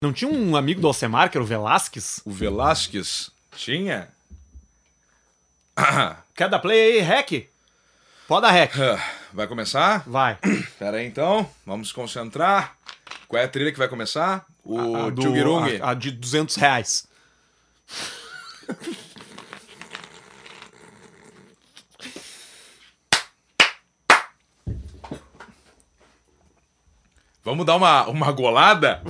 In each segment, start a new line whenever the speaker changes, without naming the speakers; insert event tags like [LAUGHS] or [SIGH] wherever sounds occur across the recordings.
Não tinha um amigo do Alcemar, que era o Velasquez?
O Velasquez tinha. [COUGHS]
Quer dar play aí, hack? Pode dar hack.
Vai começar?
Vai.
Pera aí então, vamos nos concentrar. Qual é a trilha que vai começar? [COUGHS] O
A do-
Tchugirung.
a- a de 200 reais. [LAUGHS]
Vamos dar uma, uma golada?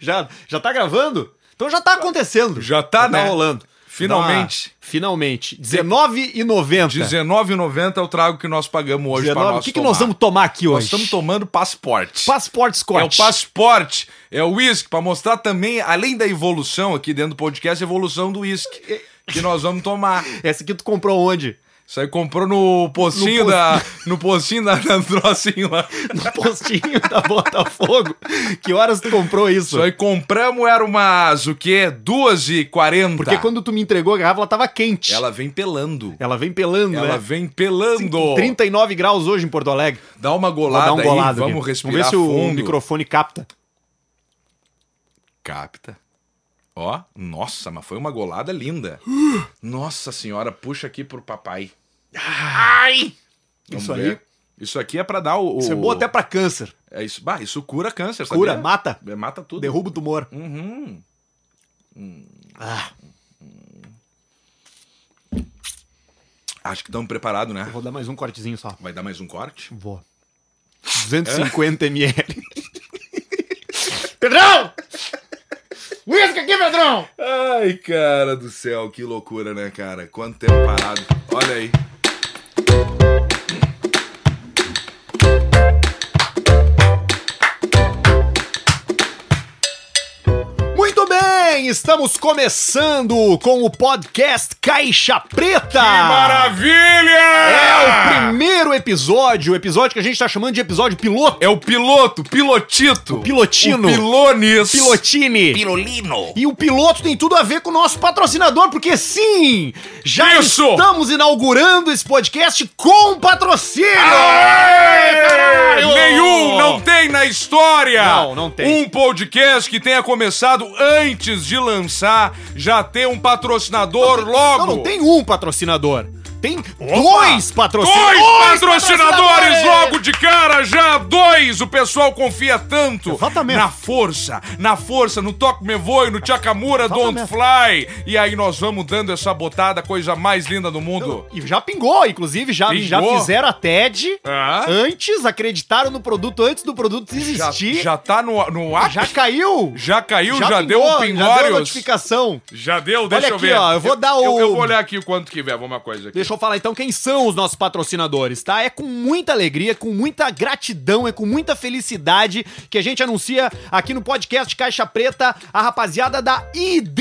já, já tá gravando? Então já tá acontecendo.
Já tá, né?
rolando.
Finalmente.
Dá- finalmente. R$19,90.
R$19,90 é o trago que nós pagamos hoje para
R$19,90.
nós
O que, que nós
tomar.
vamos tomar aqui
Nós
hoje?
estamos tomando passporte.
Passporte Scott.
É o passporte, é o uísque, pra mostrar também, além da evolução aqui dentro do podcast, a evolução do uísque que nós vamos tomar.
Esse aqui tu comprou onde? [LAUGHS]
Isso aí comprou no pocinho
No
da. No pocinho da, da
[LAUGHS]
trocinho lá.
No postinho da Botafogo. Que horas tu comprou isso?
Isso aí compramos, era umas o quê? 2h40.
Porque quando tu me entregou a garrafa, ela tava quente.
Tá. Ela vem pelando.
Ela vem pelando,
Ela
né?
vem pelando.
39 graus hoje em Porto Alegre.
Dá uma
Vou
golada,
dar um golado.
aí,
aqui.
vamos respirar
ver se
fundo.
o microfone capta.
Capta. Ó, nossa, mas foi uma
[GASPS]
golada linda. nossa senhora, puxa aqui pro papai. Ai!
Isso aí-
Isso aqui é pra dar Ah! o. o-
Isso é bom até pra câncer.
É isso, bah, isso cura câncer,
Cura,
sabia? É,
mata,
Mata, tudo.
derruba o tumor.
Uhum.
Ah,
Acho que estamos preparados, né?
eu vou dar mais um cortezinho só.
Vai dar mais um corte?
Vou. 250
[LAUGHS]
ml. Pedrão! Whisky aqui, Pedrão!
Ai, cara do céu, que loucura, né, cara? Quanto tempo parado. Olha aí.
Muito bem, estamos começando com o podcast Caixa Preta.
Ah!
Que É o
maravilha!
primeiro episódio, o episódio que a gente tá chamando de episódio piloto.
É o, piloto, pilotito.
pilotino.
O pilones.
Pilotine.
Pilolino.
E o piloto tem tudo a ver com o nosso patrocinador, porque sim, já
Isso!
estamos inaugurando esse podcast com patrocínio!
Aê,
Caralho!
Nenhum, não tem na história.
Não, não tem.
Um podcast que tenha começado antes de lançar, já tem um patrocinador logo.
Não, não tem um patrocinador. Tem dois patrocinadores.
Dois patrocinadores logo de cara, já dois. O pessoal confia tanto
Exatamente.
na força, na força, no Toque Me Voe, no Chakamura, Don't
Exatamente.
Fly. E aí nós vamos dando essa botada, coisa mais linda do mundo.
E já pingou, inclusive, já,
Pingou.
já fizeram a TED
Ah,
antes, acreditaram no produto antes do produto
já,
existir. Já,
já tá no, no ar? Já,
caiu.
caiu, já, deu um
Já deu
pingórios?
notificação.
Já deu,
Olha
deixa eu
aqui,
ver.
ó, eu vou dar
Eu,
o-
eu vou olhar aqui o quanto que vier, uma coisa aqui.
Deixa eu falar então quem são os nossos patrocinadores, tá? É com muita alegria, com muita gratidão, é com muita felicidade que a gente anuncia aqui no podcast Caixa Preta a rapaziada da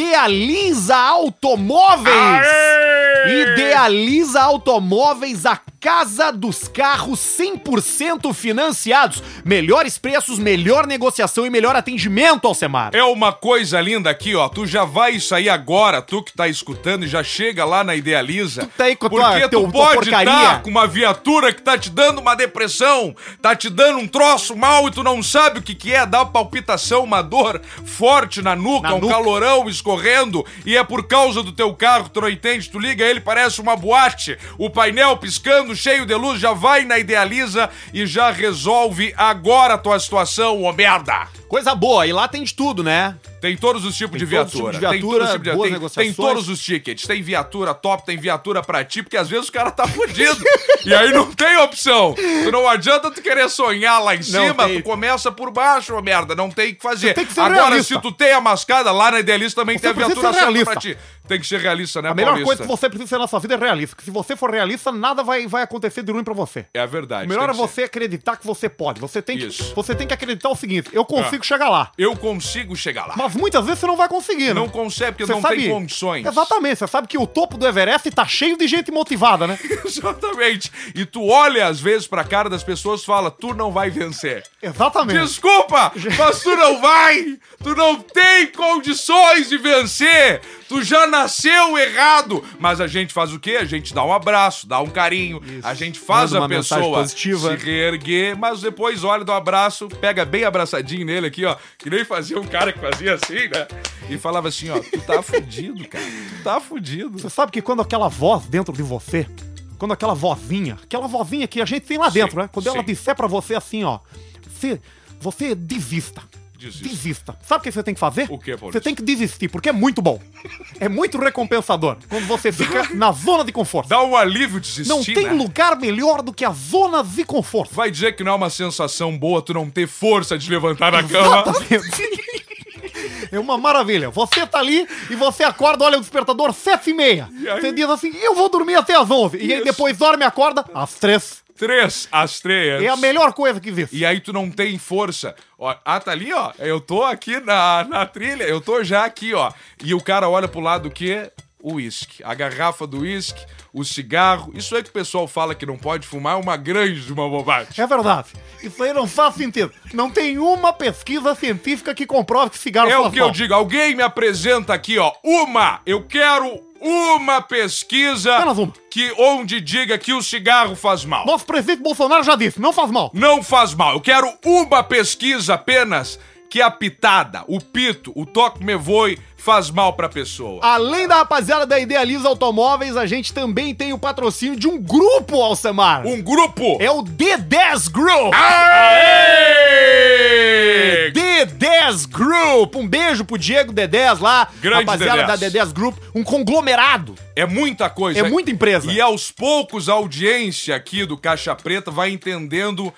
Idealiza Automóveis.
Aê!
Idealiza Automóveis, a casa dos carros 100% financiados. Melhores preços, melhor negociação e melhor atendimento, Alcemar.
É uma coisa linda aqui, ó. Tu já vai sair agora, tu que tá escutando, e já chega lá na Idealiza.
Tu tá aí com a tua-
porque
teu-
tu
tua
pode
porcaria.
estar com uma viatura que tá te dando uma depressão, tá te dando um troço mal e tu não sabe o que que é, dá uma palpitação, uma dor forte na nuca,
Na
um
nuca.
calorão escorrendo, e é por causa do teu carro, tu não entende, tu liga ele, parece uma boate, o painel piscando, cheio de luz, já vai na Idealiza e já resolve agora a tua situação, ô merda!
Coisa boa, e lá tem de tudo, né?
Tem todos os tipos de
Tem todos os
viatura.
tipos de
Tem
viatura,
todos os tipos de-
boas
tem-
negociações.
Tem todos os tickets. Tem viatura top, tem viatura pra ti, porque às vezes o cara tá fudido. e aí não tem opção. Tu não adianta tu querer sonhar lá em cima,
tem.
tu começa por baixo, ô merda. Não tem o que fazer.
tem que ser
Agora,
realista.
se tu tem a mascada, lá na Idealista também
Você
tem a
precisa
viatura
ser
certa
realista.
pra ti. Tem que ser realista, né,
A melhor
Paulista?
coisa que você precisa ser na sua vida é realista. Porque se você for realista, nada vai, vai acontecer de ruim pra você.
É a verdade.
O melhor é
tem que ser.
você acreditar que você pode. Você tem que,
Isso. Ah.
você tem que acreditar o seguinte: eu consigo chegar lá.
Eu consigo chegar lá.
Mas muitas vezes você não vai conseguir, né?
Não consegue, porque
Você
não
sabe-
tem condições. [LAUGHS]
Exatamente, você sabe que o topo do Everest tá cheio de gente motivada,
[LAUGHS]
né?
Exatamente. E tu olha às vezes pra cara das pessoas e fala, tu não vai vencer.
Exatamente.
Desculpa, mas tu não vai! Tu não tem condições de vencer! Tu já nasceu errado! Mas a gente faz o quê? A gente dá um abraço, dá um carinho,
Isso.
a gente faz
Manda
a
uma mensagem
pessoa
positiva.
se reerguer, mas depois olha, dá um abraço, pega bem abraçadinho nele aqui, ó, que nem fazia um cara que fazia assim, né? E falava assim, ó, tu tá fudido, cara, tu tá fudido.
Você sabe que quando aquela voz dentro de você, quando aquela vozinha, aquela vozinha que a gente tem lá dentro, né? Quando ela
sim.
disser pra você assim, ó, você, você desista.
Desista.
Desista. Sabe o que você tem que fazer?
O quê, Paulo?
Você tem que desistir, porque é muito bom. É muito recompensador quando você fica
[LAUGHS]
na zona de conforto.
Dá um alívio desistir,
Não tem
né?
lugar melhor do que a zona de conforto.
Vai dizer que não é uma sensação boa tu não ter força de levantar da cama.
[LAUGHS] Tá É uma maravilha. Você tá ali e você acorda, olha o despertador, sete e meia.
E aí?
Você diz assim, eu vou dormir até às onze. E aí
Isso.
depois dorme e acorda às três.
Três, as três.
É a melhor coisa que existe.
E aí tu não tem força. Ó, ah, tá ali, ó. Eu tô aqui na, na trilha, eu tô já aqui, ó. E o cara olha pro lado o quê? O uísque. A garrafa do uísque, o cigarro. Isso aí que o pessoal fala que não pode fumar é uma grande de uma bobagem.
É verdade. Isso aí não faz sentido. Não tem uma pesquisa científica que comprove que cigarro
É
faz
o que eu
mal.
digo. Alguém me apresenta aqui, ó. Uma! Eu quero uma pesquisa
Apenas uma.
que onde diga que o cigarro faz mal.
Nosso presidente Bolsonaro já disse, não faz mal.
Não faz mal. Eu quero uma pesquisa apenas que a pitada, o pito, o toque me voe faz mal pra pessoa.
Além da rapaziada da Idealiza Automóveis, a gente também tem o patrocínio de um grupo, Alcemar.
Um grupo.
É o D10 Group.
Aê!
D10 Group. Um beijo pro Diego D10 lá.
Grande
rapaziada da
D10.
D10 Group. Um conglomerado.
É muita coisa.
É muita empresa.
E aos poucos a audiência aqui do Caixa Preta vai entendendo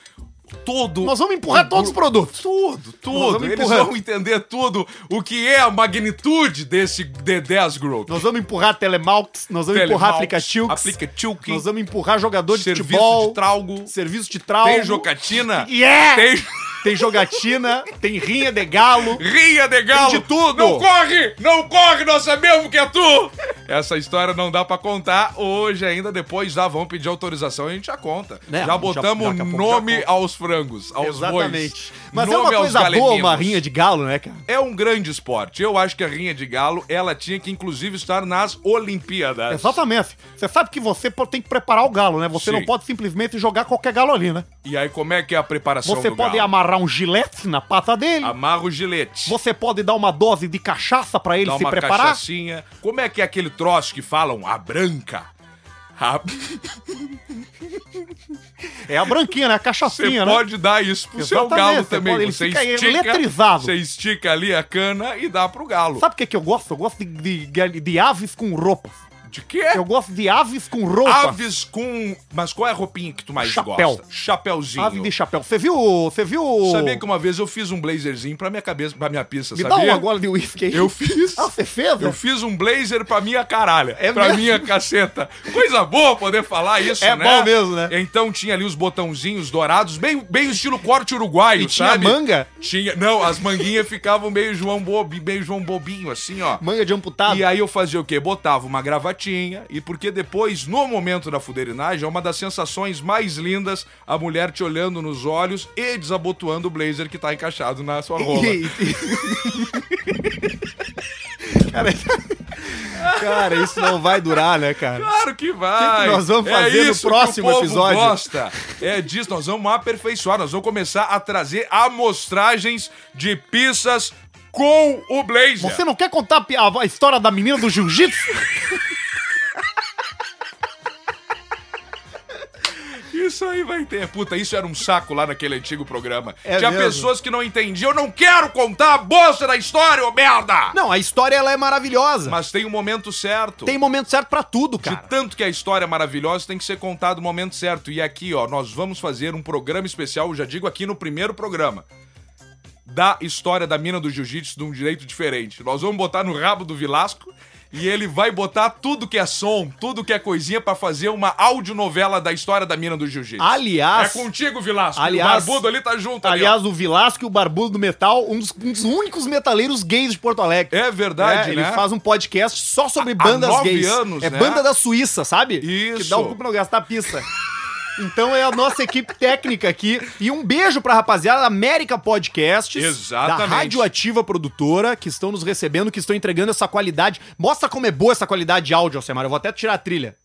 todo.
Nós vamos empurrar
o
todos os
grupo.
produtos.
Tudo,
Nós
tudo.
vamos
Eles
empurrando.
vão entender tudo o que é a magnitude desse D10 Group.
Nós vamos empurrar Telemalks. Nós vamos empurrar aplicativos.
Aplicatiuque.
Nós vamos empurrar jogador de
Serviço
futebol.
de tralgo.
Serviço de é! trau.
Tem jocatina.
Yeah!
Tem
Tem jogatina. tem rinha de galo.
rinha de galo.
Tem de tudo.
Não corre! Não corre, nós sabemos que é tu! Essa história não dá pra contar hoje ainda. Depois dá, vamos pedir autorização e a gente já conta.
Né,
já
já-
botamos
daqui a pouco já
nome
conta.
aos frangos, aos bois.
Exatamente. Mas é
Nome
uma
aos
coisa boa
galeninhos.
uma rinha de galo, né, cara?
É um grande esporte. Eu acho que a rinha de galo, ela tinha que inclusive estar nas Olimpíadas.
É Exatamente. Você sabe que você pô- tem que preparar o galo, né? Você
Sim.
não pode simplesmente jogar qualquer galo ali, né?
E aí como é que é a preparação
Você
do
pode
galo?
amarrar um gilete na pata dele.
Amarra o gilete.
Você pode dar uma dose de cachaça pra ele
Dá
se
uma
preparar.
cachaçinha. Como é que é aquele troço que falam? A branca. A...
É a branquinha, né? A
Você
cachaçinha, né?
pode dar isso pro seu
Exatamente,
galo
você
também.
pode- ele
você
fica
estica,
eletrizado.
você estica ali a cana e dá pro galo.
Sabe o que, que eu gosto? Eu gosto de, de- de- de aves com roupas.
De quê?
Eu gosto de aves com roupa.
É. Aves com. Mas qual é a roupinha que tu mais
Chapéu.
gosta? Chapéuzinho.
Ave de chapéu. Você viu. Você viu.
Sabia que uma vez eu fiz um blazerzinho pra minha cabeça, pra minha pista,
Me dá um
sabia?
uma gola de uísque aí.
Eu fiz.
Ah, você fez?
Eu fiz um blazer pra minha caralha,
É
pra
mesmo?
minha caceta. Coisa boa poder falar isso,
É
né?
bom mesmo, né?
Então tinha ali os botãozinhos dourados, bem, bem estilo corte uruguaio,
E tinha
sabe?
manga?
Tinha, não, as manguinhas ficavam meio João Bobi, meio João Bobinho, assim, ó.
Manga de amputado.
E aí eu fazia o quê? Botava uma gravatinha, e porque depois, no momento da fuderinagem, é uma das sensações mais lindas a mulher te olhando nos olhos e desabotoando o blazer que tá encaixado na sua
[LAUGHS]
rola.
cara, cara, isso não vai durar, né, cara?
Claro que vai. É
O que que nós vamos fazer no
isso
próximo
que o povo
episódio?
Gosta. É disso, nós vamos aperfeiçoar, nós vamos começar a trazer amostragens de pistas com o Blazer.
Você não quer contar a pi- a, a história da menina do jiu-jitsu?
Isso aí vai ter. Puta, isso era um saco lá naquele antigo programa.
É
Tinha
mesmo?
pessoas que não entendiam. Eu não quero contar a bosta da história, ô merda!
Não, a história ela é maravilhosa.
Mas tem um momento certo.
Tem momento certo pra tudo,
De
cara.
tanto que a história é maravilhosa, tem que ser contado no momento certo. E aqui, ó, nós vamos fazer um programa especial, eu já digo aqui no primeiro programa. Da história da mina do jiu-jitsu de um direito diferente. Nós vamos botar no rabo do Vilasco e ele vai botar tudo que é som, tudo que é coisinha pra fazer uma audionovela da história da mina do jiu-jitsu.
Aliás,
É contigo, Vilasco.
Aliás-
o barbudo ali tá junto. ali, ó.
aliás, o Vilasco e o Barbudo do Metal, um dos, um dos únicos metaleiros gays de Porto Alegre.
é verdade,
É,
né?
Ele faz um podcast só sobre
Há
bandas
nove
gays.
anos,
é
né?
banda da Suíça, sabe? um
Isso.
Que dá o cu pra não gastar pista. Então é a nossa equipe técnica aqui. E um beijo pra rapaziada da América Podcasts.
Exatamente.
Da Radioativa Produtora, que estão nos recebendo, que estão entregando essa qualidade. Mostra como é boa essa qualidade de áudio, Alcemar. Eu vou até tirar a trilha.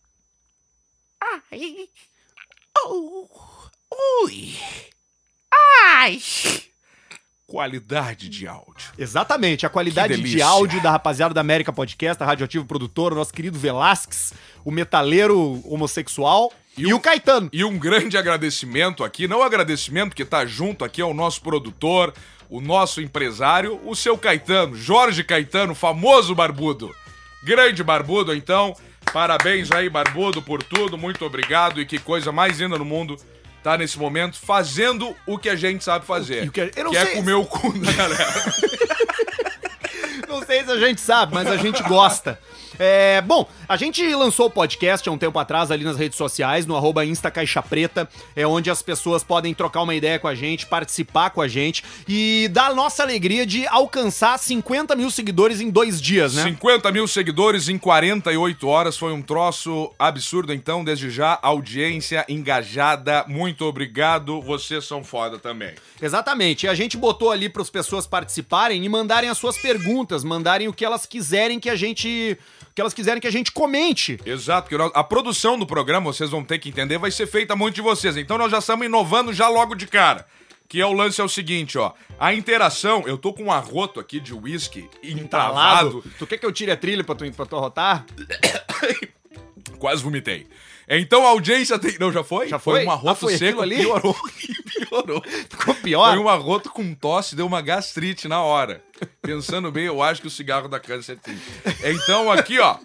Ai. Oh. Ui. Ai.
Qualidade de áudio.
Exatamente, a qualidade
Que
de
delícia.
áudio da rapaziada da América Podcast, a radioativo produtor, o nosso querido Velasquez, o metaleiro homossexual e, o Caetano.
E um grande agradecimento aqui, não agradecimento que tá junto aqui ao nosso produtor, o nosso empresário, o seu Caetano, Jorge Caetano, famoso barbudo. Grande barbudo, então. Parabéns aí, barbudo, por tudo. Muito obrigado e que coisa mais linda no mundo tá nesse momento fazendo o que a gente sabe fazer.
E o que a- eu não
que
sei-
é comer o
[LAUGHS]
cu da galera.
Não sei se a gente sabe, mas a gente gosta. É, bom, a gente lançou o podcast há um tempo atrás ali nas redes sociais, no arroba Insta Caixa Preta, é onde as pessoas podem trocar uma ideia com a gente, participar com a gente e dar a nossa alegria de alcançar 50 mil seguidores em dois dias, né?
50 mil seguidores em 48 horas foi um troço absurdo, então, desde já, audiência engajada, muito obrigado, vocês são foda também.
Exatamente. E a gente botou ali para as pessoas participarem e mandarem as suas perguntas, mandarem o que elas quiserem que a gente que elas quiserem que a gente comente.
Exato, porque nós- a produção do programa, vocês vão ter que entender, vai ser feita muito de vocês, então nós já estamos inovando já logo de cara. Que é o lance é o seguinte, ó, a interação, eu tô com um arroto aqui de uísque entravado,
Tá Tu quer que eu tire a trilha para tu para tu arrotar?
quase vomitei. Então a audiência tem... Não, já foi?
Já foi?
um
Ah,
arroto
foi
seco
aquilo ali?
Piorou, piorou.
Ficou pior.
Foi um arroto com tosse, deu uma gastrite na hora. Pensando bem, eu acho que o cigarro da câncer tem. Então aqui, ó.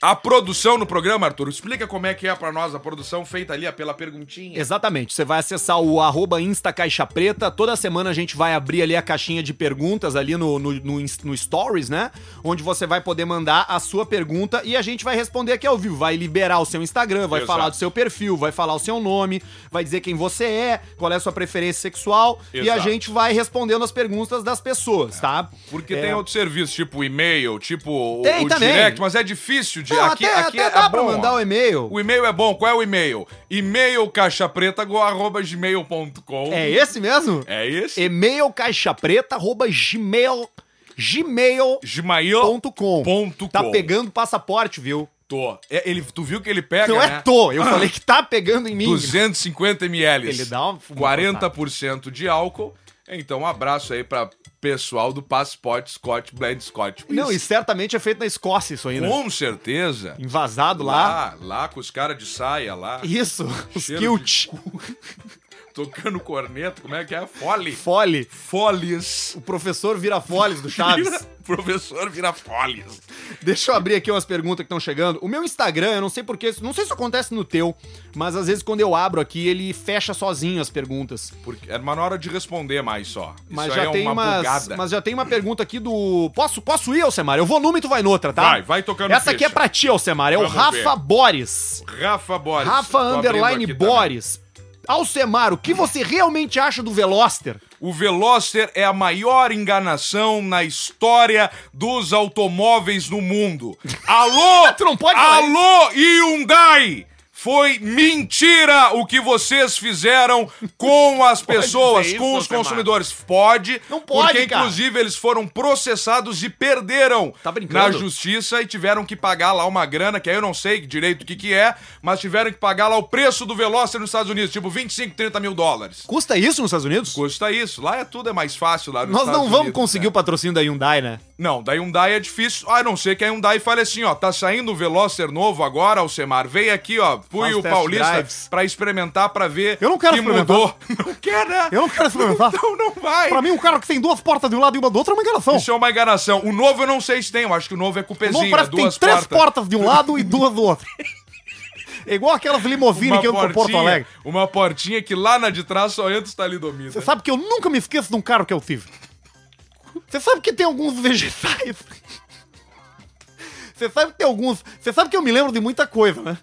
A produção no programa, Arthur, explica como é que é pra nós a produção feita ali ó, pela perguntinha.
Exatamente, você vai acessar o arroba Insta Caixa Preta, toda semana a gente vai abrir ali a caixinha de perguntas ali no, no, no Inst- no Stories, né? Onde você vai poder mandar a sua pergunta e a gente vai responder aqui ao vivo, vai liberar o seu Instagram, vai
Exato.
falar do seu perfil, vai falar o seu nome, vai dizer quem você é, qual é a sua preferência sexual e a
Exato.
gente vai respondendo as perguntas das pessoas, tá?
Porque
É.
tem outro serviço, tipo o e-mail, tipo o-
Tem
o
também.
direct, mas é difícil de.
Não,
aqui
até,
aqui
até
é
dá pra
bom,
mandar
ó.
o e-mail.
O e-mail é bom, qual é o e-mail? E-mail caixapreta.gmail.com
É esse mesmo?
É esse?
E-mail caixapreta, arroba gmail, gmail
Gmail.
Ponto com.
Ponto
Tá
com.
pegando passaporte, viu?
Tô. É, ele, tu viu que ele pega,
não
né?
é tô, eu falei que tá pegando em mim.
250 ml.
Ele dá uma fumada.
40% de álcool. Então, um abraço aí pra pessoal do Passport Scott Blend Scott.
Não, e certamente é feito na Escócia isso aí, né?
Com certeza.
Invasado lá.
Lá, lá com os caras de saia lá,
Isso, os
Ah. Cheiro de
kilt,
tocando corneta, como é que é? Fole.
fole.
Foles.
O professor vira foles do
[LAUGHS]
Chaves.
Vira- professor vira foles.
Deixa eu abrir aqui umas perguntas que estão chegando. O meu Instagram, eu não sei porquê, não sei se acontece no teu, mas às vezes quando eu abro aqui, ele fecha sozinho as perguntas.
Porque era uma hora de responder mais só.
Mas
Isso
já,
aí é
tem
uma
umas,
bugada.
mas já tem uma pergunta aqui do. Posso, posso ir, Alcemar? Eu vou numa e tu vai noutra, tá?
Vai, vai tocando
Essa aqui é
ficha.
pra ti, Alcemar. É o
Vamos
Rafa Boris.
Rafa Boris.
Rafa
Tô abrindo
Underline
aqui também.
Boris. Alcemar, o que você realmente acha do Veloster?
O Veloster é a maior enganação na história dos automóveis no mundo.
[LAUGHS]
Alô!
Tu não pode falar
Alô, Hyundai! Foi mentira o que vocês fizeram
[LAUGHS]
com as pessoas,
dizer
com
isso,
os
Alcemar.
consumidores. Pode.
Não pode,
Porque,
cara.
inclusive, eles foram processados e perderam
Tá brincando?
na justiça e tiveram que pagar lá uma grana, que aí eu não sei direito o que, que é, mas tiveram que pagar lá o preço do Veloster nos Estados Unidos, tipo 25, 30 mil dólares.
Custa isso nos Estados Unidos?
Custa isso. Lá é tudo é mais fácil lá nos
Nós
Estados
não vamos
Unidos,
conseguir
né?
o patrocínio da Hyundai, né?
Não, da Hyundai é difícil. A não ser que a Hyundai fale assim, ó, tá saindo o Veloster novo agora, Alcemar. Vem aqui, ó, fui
Faz
o
test
Paulista
drives.
pra experimentar, pra ver
Eu não quero
que
experimentar.
mudou. [LAUGHS] Não quer, né?
Eu não quero experimentar.
Então não vai.
mim, um carro que tem duas portas de um lado e uma do outro é uma enganação.
Isso é uma enganação. O novo eu não sei se tem, eu acho que o novo é
Não
cupezinho, é
parece que
duas
de um lado e duas do
[LAUGHS]
outro. É igual aquelas limusine
Uma portinha- Uma portinha que lá na de trás só entra os talidomida.
Você sabe que eu nunca me esqueço de um carro que eu tive. Você sabe que tem alguns vegetais. Você sabe que tem alguns. Você sabe que eu me lembro de muita coisa, né?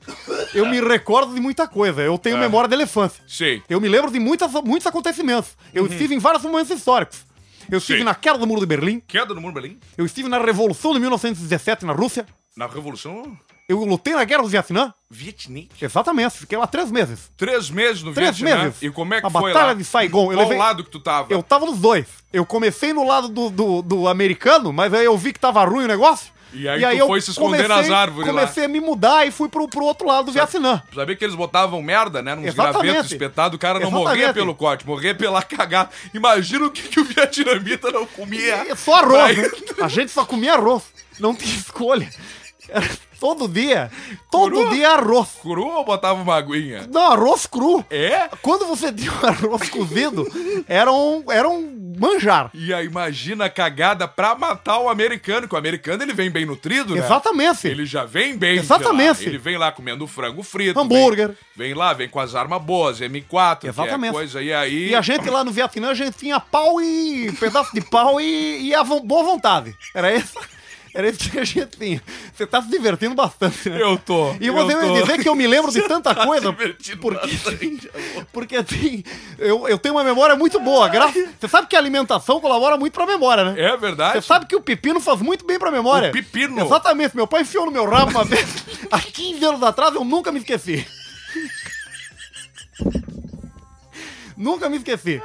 Eu me recordo de muita coisa. Eu
É.
tenho memória de elefante.
Sei.
Eu me lembro de muitas, muitos acontecimentos. Eu estive em vários momentos históricos. Eu estive
Uhum. Sim.
na queda do Muro de Berlim.
Queda no Muro Berlim?
Eu estive na Revolução de 1917 na Rússia.
Na Revolução?
Eu lutei na guerra do Vietnã.
Vietnã?
Exatamente. Fiquei lá três meses.
Três meses no
Três
Vietnã.
meses.
E como é que
A
foi
Batalha
lá?
de Saigon. Eu
Qual
levei-
lado que tu tava?
Eu tava nos dois. Eu comecei no lado do, do, do americano, mas aí eu vi que tava ruim o negócio.
E aí tu foi se esconder
comecei,
nas árvores lá.
Comecei a me mudar e fui pro, pro outro lado do Vietnã.
Sabia que eles botavam merda, né? Nos
Exatamente.
gravetos espetados, o cara não
Exatamente.
morria pelo corte, morria pela [LAUGHS] cagada. Imagina o que, que o vietnamita não comia.
E Só arroz.
Pra-
né? A gente só comia arroz. Não tinha escolha. Era todo dia. Todo
Cru?
dia arroz.
Cru ou botava uma aguinha?
Não, arroz cru.
É?
Quando você [LAUGHS] tinha um arroz cozido, era um, era um manjar.
E aí imagina a cagada pra matar o americano, que o americano ele vem bem nutrido, né?
Exatamente.
Ele já vem bem. de
Exatamente.
lá. Ele vem lá comendo frango frito.
Hambúrguer.
Vem, vem lá, vem com as armas boas, M4, que é
Exatamente.
coisa. E aí.
E a gente lá no Vietnã, a gente tinha pau e pedaço de pau e, e a vo- boa vontade. Era isso. [LAUGHS] Era isso que a gente tinha. Você tá se divertindo bastante, né?
Eu tô.
E eu vou
eu tô. tá
dizer que eu me lembro de tanta coisa.
divertindo
Porque, porque tem, eu, eu tenho uma memória muito boa. Gra... Você sabe que a alimentação colabora muito pra memória, né?
É
Você
verdade?
sabe que o pepino faz muito bem pra memória.
O pepino?
Exatamente. Meu pai enfiou no meu rabo uma vez. Há 15 anos atrás eu nunca me esqueci. nunca me esqueci.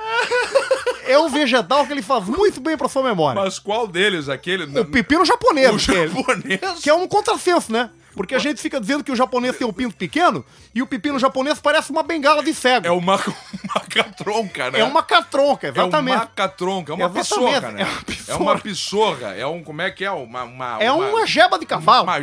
É um vegetal que ele faz muito bem pra sua memória.
Mas qual deles? Aquele.
O pepino japonês.
O
que é ele.
japonês?
Que é um contrassenso, né? Porque a gente fica dizendo que o japonês tem um pinto pequeno e o pepino japonês parece uma bengala de cego.
É [LAUGHS] uma, uma catronca, né?
É uma catronca,
É
exatamente.
uma catronca, é uma
Exatamente,
pissorra, né?
é uma pissorra.
É uma pissorra, é um, como é que é? Uma, uma,
É uma, jeba de cavalo.
uma-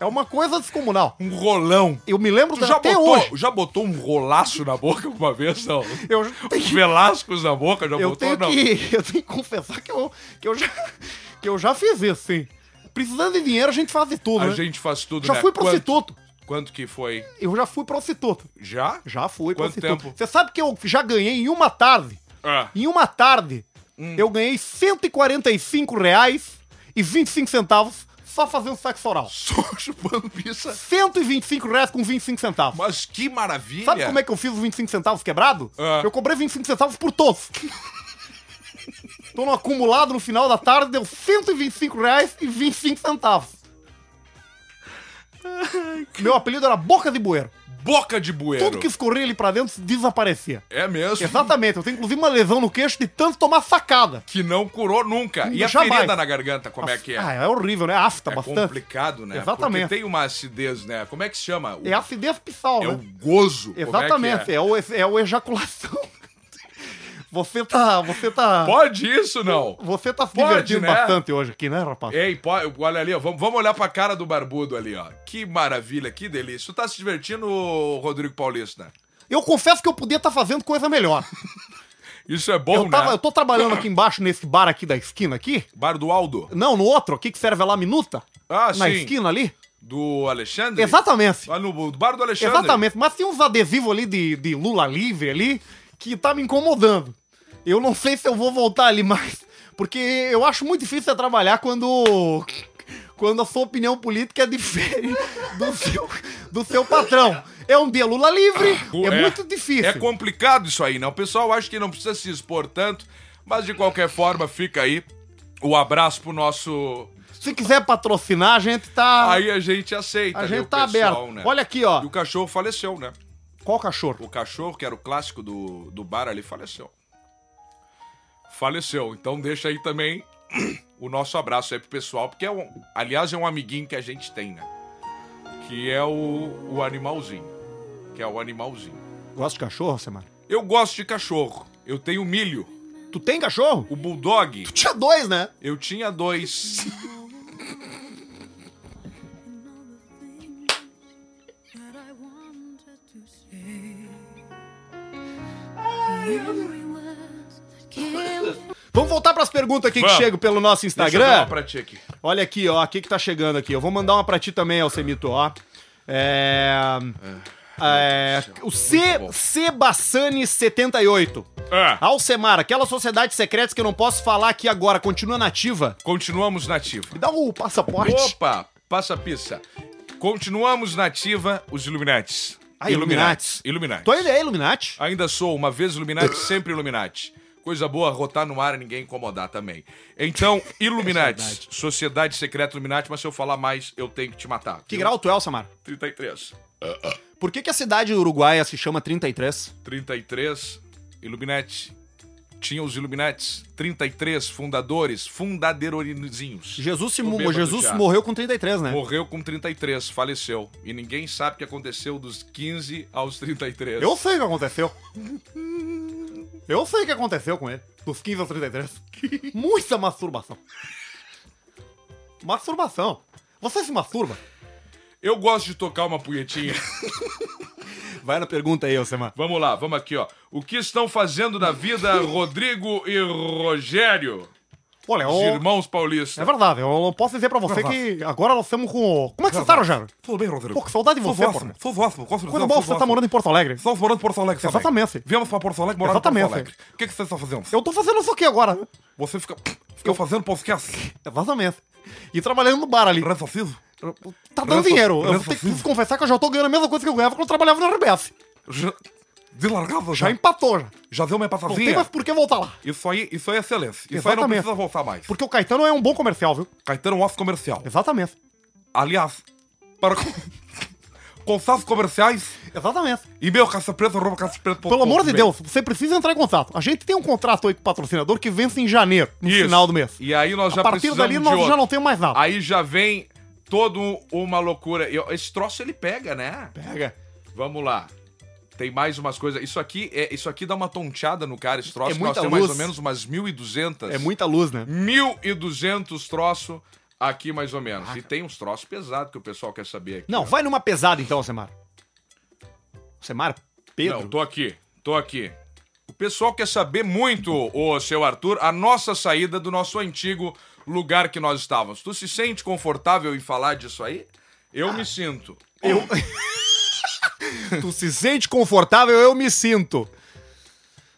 É uma coisa descomunal.
um rolão.
Eu me lembro
Tu
da-
já
até
botou,
hoje.
já botou um rolaço na boca alguma vez, não?
Eu,
Os [LAUGHS] velascos na boca, já
eu,
botou,
tenho
não?
que, [LAUGHS] eu tenho que confessar que eu, que eu, já, [LAUGHS] que eu já fiz isso, sim. Precisando de dinheiro, a gente faz de tudo,
A
né?
gente faz tudo,
Já
né?
fui
quanto,
prostituto.
quanto que foi?
Eu já fui prostituto.
Já?
Já fui
Quanto
prostituto.
tempo?
Você sabe que eu já ganhei em uma tarde. [LAUGHS]
Ah,
Em uma tarde,
Hum.
eu ganhei 145 reais e 25 centavos só fazendo sexo oral.
só chupando pizza.
125 reais com 25 centavos.
Mas que maravilha.
Sabe como é que eu fiz os 25 centavos quebrado?
Ah.
Eu cobrei 25 centavos por todos. [LAUGHS] Tô no acumulado no final da tarde, deu 125 reais e 25 centavos. Meu apelido era Boca de Bueiro.
Boca de bueiro.
Tudo que escorria ali pra dentro desaparecia.
É mesmo.
Exatamente, eu tenho inclusive uma lesão no queixo de tanto tomar sacada.
Que não curou nunca. E a
Jamais.
ferida na garganta, como é que é?
Ah, é horrível, né? Afta
é
bastante.
complicado, né?
Exatamente.
Porque tem uma acidez, né? Como é que se chama? O-
É acidez pisal,
é
né?
o gozo. Como
Exatamente,
É que é?
é, o, é o ejaculação. [LAUGHS] Você tá. Você tá.
Pode isso, não?
Você tá se
Pode,
divertindo
né?
bastante hoje aqui, né, rapaz?
Ei, po- olha ali, ó. Vamos, vamos olhar pra cara do barbudo ali, ó. Que maravilha, que delícia. Tu tá se divertindo, ô, Rodrigo Paulista?
Eu confesso que eu podia estar fazendo coisa melhor.
Isso é bom,
Eu, tava,
né?
eu tô trabalhando aqui embaixo nesse bar aqui da esquina aqui.
Bar do Aldo.
Não, no outro aqui que serve lá a minuta.
Ah,
na
sim.
esquina ali.
Do Alexandre?
Exatamente.
Ah, no do bar do Alexandre.
Exatamente. Mas tem uns adesivos ali de, de Lula livre ali que tá me incomodando. Eu não sei se eu vou voltar ali mais. Porque eu acho muito difícil você trabalhar quando. Quando a sua opinião política difere do seu, do seu patrão. É um dia Lula livre, é, muito difícil.
É complicado isso aí, né? O pessoal acha que não precisa se expor tanto, mas de qualquer forma fica aí o abraço pro nosso.
Se quiser patrocinar, a gente tá.
Aí a gente aceita,
a
né,
gente
o
tá
pessoal,
aberto.
né?
Olha aqui, ó.
E o cachorro faleceu, né?
Qual cachorro?
O cachorro, que era o clássico do, do bar ali, faleceu. Faleceu. Então deixa aí também [CLEARS THROAT] o nosso abraço aí pro pessoal, porque é um, aliás é um amiguinho que a gente tem, né? Que é o, o animalzinho. Que é o animalzinho.
Gosta de cachorro, Semar?
Eu gosto de cachorro. Eu tenho milho.
Tu tem cachorro?
O bulldog,
Tinha dois, né?
eu tinha dois.
that I wanted to say. Every word that came
Vamos voltar pras perguntas aqui
Vamos.
que chegam pelo nosso
Deixa eu dar uma
Instagram.
pra ti aqui.
Olha um aqui, ó. Aqui que tá chegando aqui. Eu vou mandar uma pra ti também, Alcemito, ó. É. é, o C,
bom.
Sebassani78.
Ah,
Alcemar, aquela sociedade secreta que eu não posso falar aqui agora, continua nativa.
continuamos nativa.
Me dá o passaporte.
Opa, passa a pista. Continuamos nativa, os Illuminates.
Ah, Illuminates.
Illuminates.
Tu ainda é Illuminati?
Ainda sou, uma vez Illuminati, sempre Illuminati. Coisa boa, rotar no ar e ninguém incomodar também. Então, Illuminati. Sociedade Secreta Illuminati, mas se eu falar mais, eu tenho que te matar.
Que
viu?
grau tu é, Samar?
33.
Por que, que a cidade uruguaia se chama 33?
33, Illuminati. Tinha os Illuminati. 33 fundadores, fundaderorinizinhos.
Jesus, se
Tô
mo-
bêbado
Jesus
já.
morreu com 33, né?
Morreu com 33, faleceu. E ninguém sabe o que aconteceu dos 15 aos 33.
Eu sei o que aconteceu. Eu sei o que aconteceu com ele, dos 15 aos 33. [LAUGHS] Muita masturbação. Masturbação. Você se masturba?
Eu gosto de tocar uma
[LAUGHS]
punhetinha.
Vai na pergunta aí, Alcemar.
vamos lá, vamos aqui, ó. O que estão fazendo da vida Rodrigo e Rogério,
Olha, eu...
os irmãos
É
paulistas?
verdade, eu não posso dizer pra você que agora nós estamos com. o- Como é que você tá, Rogério?
Tudo bem, Rodrigo?
Pô, que saudade de
Sou
você,
ótimo,
porra.
sou ótimo. Gosto de
Coisa boa,
você, sou
você tá
ótimo.
morando em Porto Alegre.
Estamos morando em Porto Alegre também.
Exatamente.
Viemos pra Porto Alegre, morar em Porto
Exatamente.
Alegre. O que, que você está fazendo?
Eu tô fazendo isso aqui agora. né?
Você fica, fica fazendo podcast
Exatamente. E trabalhando no bar ali.
raciocínio?
Tá dando
Ranço-
dinheiro. Eu
ranço
tenho que
vivo.
confessar que eu já tô ganhando a mesma coisa que eu ganhava quando eu trabalhava no RBS.
Já, de largada
Tá.
Já
já?
empatou, já.
Já deu uma
Não tem
empatadinha?
mais por que voltar lá.
Isso aí, isso aí é excelência. Isso aí não
Exatamente.
precisa voltar mais.
Porque o Caetano é um bom comercial, viu?
Caetano, off comercial.
Exatamente.
Aliás, para [LAUGHS] con- contatos comerciais,
Exatamente.
Tá
e-mail caçapreta, arroba caçapreta.com.
Pelo amor de Deus, você precisa entrar em contato. A gente tem um contrato aí com o patrocinador que vence em janeiro, no
Isso.
final do mês.
E aí nós já
A partir
precisamos
dali
de
nós
outro.
já não temos mais nada.
Aí já vem toda uma loucura. Eu- Esse troço ele pega, né?
Pega.
Vamos lá. Tem mais umas coisas. Isso aqui é isso aqui dá uma tonteada no cara, esse troço.
É
que
muita
nós temos mais
luz.
ou menos umas 1.200.
É muita luz, né?
1.200 troço aqui mais ou menos. E tem uns troços pesados que o pessoal quer saber aqui.
Não, vai numa pesada então, Semar. Semar, Pedro.
Não, tô aqui. Tô aqui. O pessoal quer saber muito, ô seu Arthur, a nossa saída do nosso antigo lugar que nós estávamos. Tu se sente confortável em falar disso aí?
Ah.
Eu me sinto.
[LAUGHS] Tu se sente confortável, eu me sinto.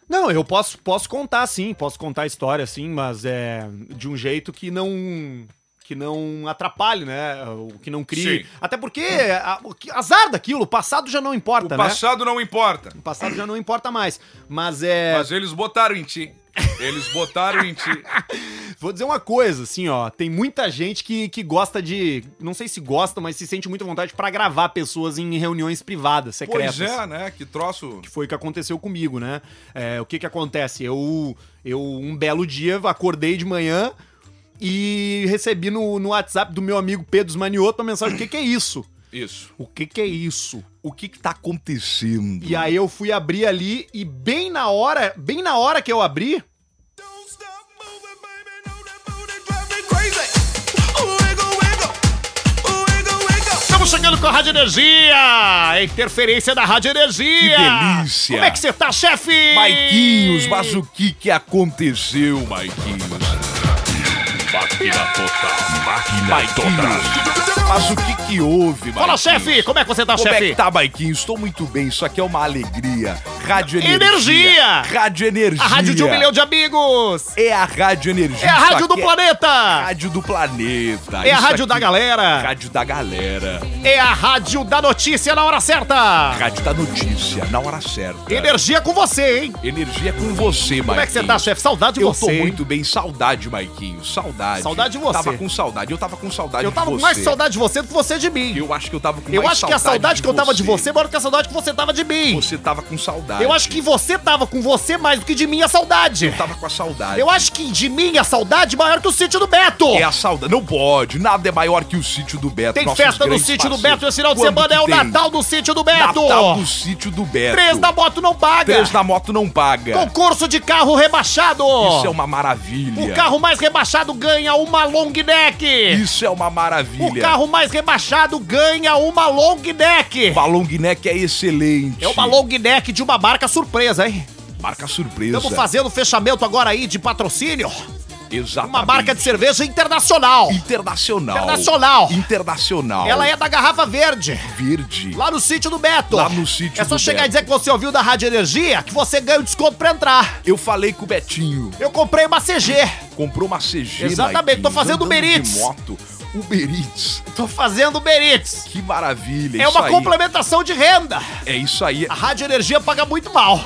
Não, eu posso, posso contar sim, posso contar a história sim, mas é de um jeito que não que não atrapalhe, né? O que não crie.
Sim.
Até porque a- o que- azar daquilo, o passado já não importa, né?
O passado não importa.
O passado já não importa mais. Mas é
Mas eles botaram em ti. Eles botaram em ti.
Vou dizer uma coisa, assim, ó. Tem muita gente que, que gosta de. Não sei se gosta, mas se sente muito à vontade pra gravar pessoas em reuniões privadas, secretas.
Pois é, né? Que troço.
Que foi o que aconteceu comigo, né? É, o que que acontece? Eu, eu, um belo dia, acordei de manhã e recebi no, no WhatsApp do meu amigo Pedro Manioto uma mensagem: o que que é isso?
Isso.
O que que é isso?
O que que tá acontecendo?
E aí eu fui abrir ali e bem na hora, bem na hora que eu abri, Estamos chegando com a Rádio Energia! Interferência da Rádio Energia!
Que delícia!
Como é que você tá, chefe?
Maiquinhos, mas o que que aconteceu, Maiquinhos?
Máquina total.
Mas o que que houve, Maiquinhos?
Fala, chefe! Como é que você tá,
Como é que
chefe?
tá, Maiquinhos? Estou muito bem, isso aqui é uma alegria. Rádio Energia.
Energia!
Rádio Energia.
A rádio de um milhão de amigos!
É a Rádio Energia.
É a
isso
rádio do
aqui é a
planeta!
Rádio do Planeta.
É a
isso
rádio da
aqui-
galera!
Rádio da galera.
É a rádio da notícia na hora certa!
Rádio da notícia, na hora certa.
Energia com você, hein?
Energia com você, Maiquinhos.
Como é que você tá, chefe? Saudade de
Eu
você!
tô
hein?
muito bem, saudade, Maiquinhos. Saudade.
Saudade de você.
Tava com saudade, eu tava com saudade
Eu tava
de
com
você.
mais saudade de você do que você de mim!
Eu acho que eu tava com
Eu
mais
acho que a saudade que eu tava de você é maior que a saudade que você tava de mim!
Você tava com saudade.
Eu acho que você tava com você mais do que de mim a saudade!
Eu tava com a saudade.
Eu acho que de mim a saudade é maior que o sítio do Beto.
É a saudade. Não pode, nada é maior que o sítio do Beto.
Tem
nossos
festa no
grandes
sítio do
parceiros.
Beto esse final de
Quando
semana,
que
é o
tem?
Natal do sítio do Beto.
Natal do sítio do Beto.
Três da moto não paga.
Três da moto não paga.
Concurso de carro rebaixado.
Isso é uma maravilha.
O carro mais rebaixado ganha uma long neck.
Isso é uma maravilha.
O carro mais rebaixado ganha uma long neck.
O Balão Guineque é excelente.
É uma long neck de uma marca surpresa, hein?
Marca surpresa.
Estamos fazendo fechamento agora aí de patrocínio.
Exatamente.
Uma
Tá
marca de cerveja internacional.
Internacional.
Internacional.
Internacional.
Ela é da garrafa verde.
verde.
Lá no sítio do Beto.
Lá no sítio
É só
do
chegar e
Beto.
dizer que você ouviu da Rádio Energia que você ganha o desconto pra entrar.
Eu falei com o Betinho.
Eu comprei uma CG.
Comprou uma CG.
Exatamente, tô
Maiquinhos,
fazendo
andando de
Uber Eats.
moto. Uber Eats.
Tô fazendo Beritz.
Que maravilha.
É
isso
uma Ah.
aí.
complementação de renda.
É isso aí.
A Rádio Energia paga muito mal.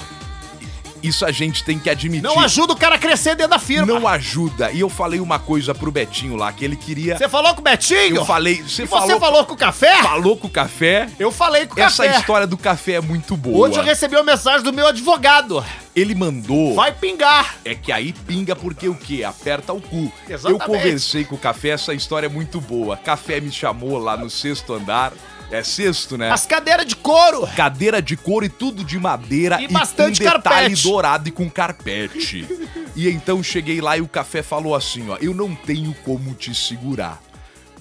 Isso a gente tem que admitir.
Não ajuda o cara a crescer dentro da firma.
Não ajuda. E eu falei uma coisa pro Betinho lá, que ele queria.
Você falou com o Betinho?
Eu falei. Você
E
falou,
você falou com o café?
falou com o café.
Eu falei com o
Essa
café.
história do café é muito boa.
Hoje eu recebi uma mensagem do meu advogado.
Ele mandou.
Vai pingar.
É que aí pinga porque o quê? Aperta o cu. Eu
Exatamente.
conversei com o Café, essa história é muito boa. Café me chamou lá no sexto andar. É sexto, né?
As cadeiras de couro.
Cadeira de couro e tudo de madeira
E bastante
com detalhe
carpete.
dourado e com carpete. e então cheguei lá e o Café falou assim, ó, eu não tenho como te segurar.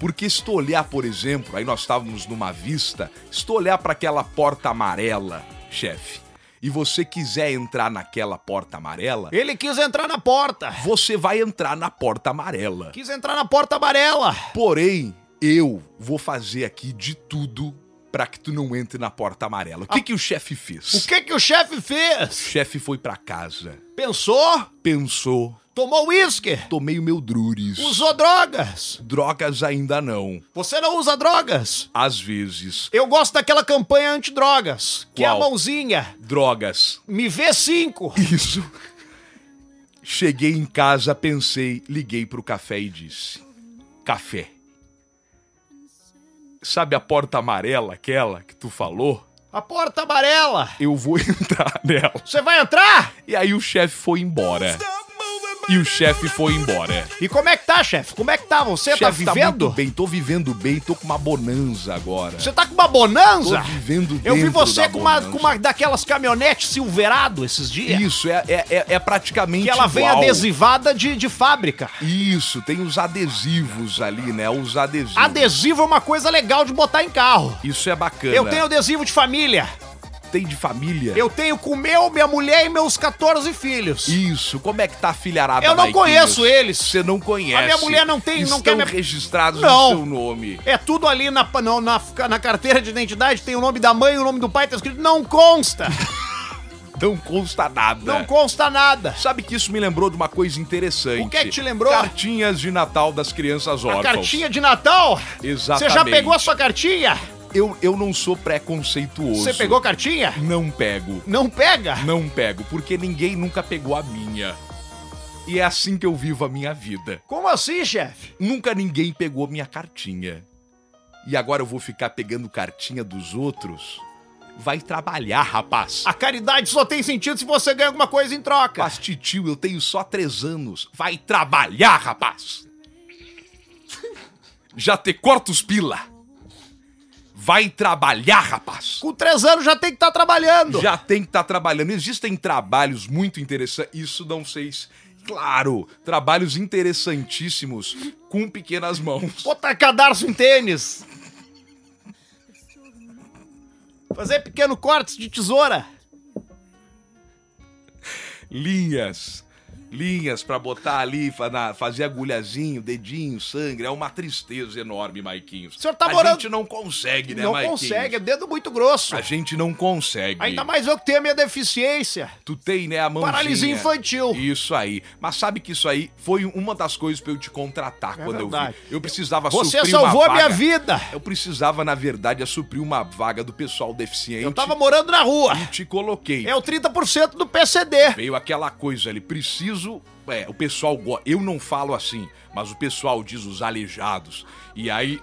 Porque se tu olhar, por exemplo, aí nós estávamos numa vista, se tu olhar para aquela porta amarela, chefe, e você quiser entrar naquela porta amarela,
Ele quis entrar na porta.
você vai entrar na porta amarela.
Quis entrar na porta amarela.
Porém, eu vou fazer aqui de tudo pra que tu não entre na porta amarela. O que, que o chefe
O
fez?
que que o chefe
O
fez?
chefe foi pra casa,
Pensou,
pensou,
tomou uísque,
tomei o meu drures.
usou drogas.
Drogas ainda não.
Você não usa drogas?
Às vezes.
Eu gosto daquela campanha antidrogas, que é a
Qual?
mãozinha.
Drogas. [LAUGHS]
Me vê cinco.
Isso. Cheguei em casa, pensei, liguei pro café e disse: Café. Sabe a porta amarela, aquela que tu falou?
A porta amarela.
Eu vou [LAUGHS] entrar nela.
Você vai entrar?
E aí o chefe foi embora. E o chefe foi embora.
E como é que tá, chefe? Como é que tá? Você tá
Chefe,
vivendo?
muito bem, tô vivendo bem, tô com uma bonanza agora.
Você tá com uma
Tô
bonanza?
vivendo
Eu vi
dentro
você
da
com uma,
bonanza.
com uma daquelas caminhonetes Silverado esses dias.
Isso, é, é, é- é praticamente
que ela vem
igual.
adesivada de, de fábrica.
Isso, tem os adesivos ali, né? Os adesivos.
Adesivo é uma coisa legal de botar em carro.
Isso é bacana.
Eu tenho adesivo de família.
Tem de família?
Eu tenho com meu, minha mulher e meus 14 filhos.
Isso, como é que tá a filharada
Eu não
Maiquinhos?
conheço eles.
Você não conhece.
A minha mulher não tem-
Estão
não quer me-
registrados
Não.
no seu nome.
É tudo ali na, pa- não, na, na carteira de identidade, tem o nome da mãe, o nome do pai, tá escrito. Não
[LAUGHS]
consta!
Não consta nada.
Não consta nada.
Sabe que isso me lembrou de uma coisa interessante.
O que é que te lembrou?
Cartinhas de Natal das crianças
A
órfãos.
cartinha de Natal? Você
Exatamente.
já pegou a sua cartinha?
Eu, eu não sou preconceituoso.
Você pegou a cartinha?
Não pego.
Não pega?
Não pego, porque ninguém nunca pegou a minha. E é assim que eu vivo a minha vida.
Como assim, chefe?
Nunca ninguém pegou minha cartinha. E agora eu vou ficar pegando cartinha dos outros? Vai trabalhar, rapaz.
A caridade só tem sentido se você ganha alguma coisa em troca.
Mas, titio, eu tenho só três anos. Vai trabalhar, rapaz! Já te corta os pila! Vai trabalhar, rapaz!
Com três anos já tem que estar trabalhando.
Já tem que estar trabalhando. Existem trabalhos muito interessantes. Isso não sei se... Claro, trabalhos interessantíssimos com pequenas mãos.
Botar cadarço em tênis. Fazer pequeno cortes de tesoura.
Linhas. Linhas pra botar ali, fa- na- fazer agulhazinho, dedinho, sangue. É uma tristeza enorme, Maiquinhos.
O senhor tá
A
morando-
gente não consegue, né,
não
Maiquinhos?
consegue, é dedo muito grosso.
A gente não consegue.
Ainda mais eu que tenho a minha deficiência.
Tu tem, né, a mãozinha.
Paralisia infantil.
Isso aí. Mas sabe que isso aí foi uma das coisas pra eu te contratar
É
quando
verdade.
eu vi. Eu precisava
Você
suprir uma
salvou a minha
vaga.
vida.
Eu precisava, na verdade, suprir uma vaga do pessoal deficiente.
Eu tava morando na rua.
Te coloquei.
É o 30% do PCD.
Veio aquela coisa ali, preciso. É, o pessoal. go- Eu não falo assim, mas o pessoal diz os aleijados. E aí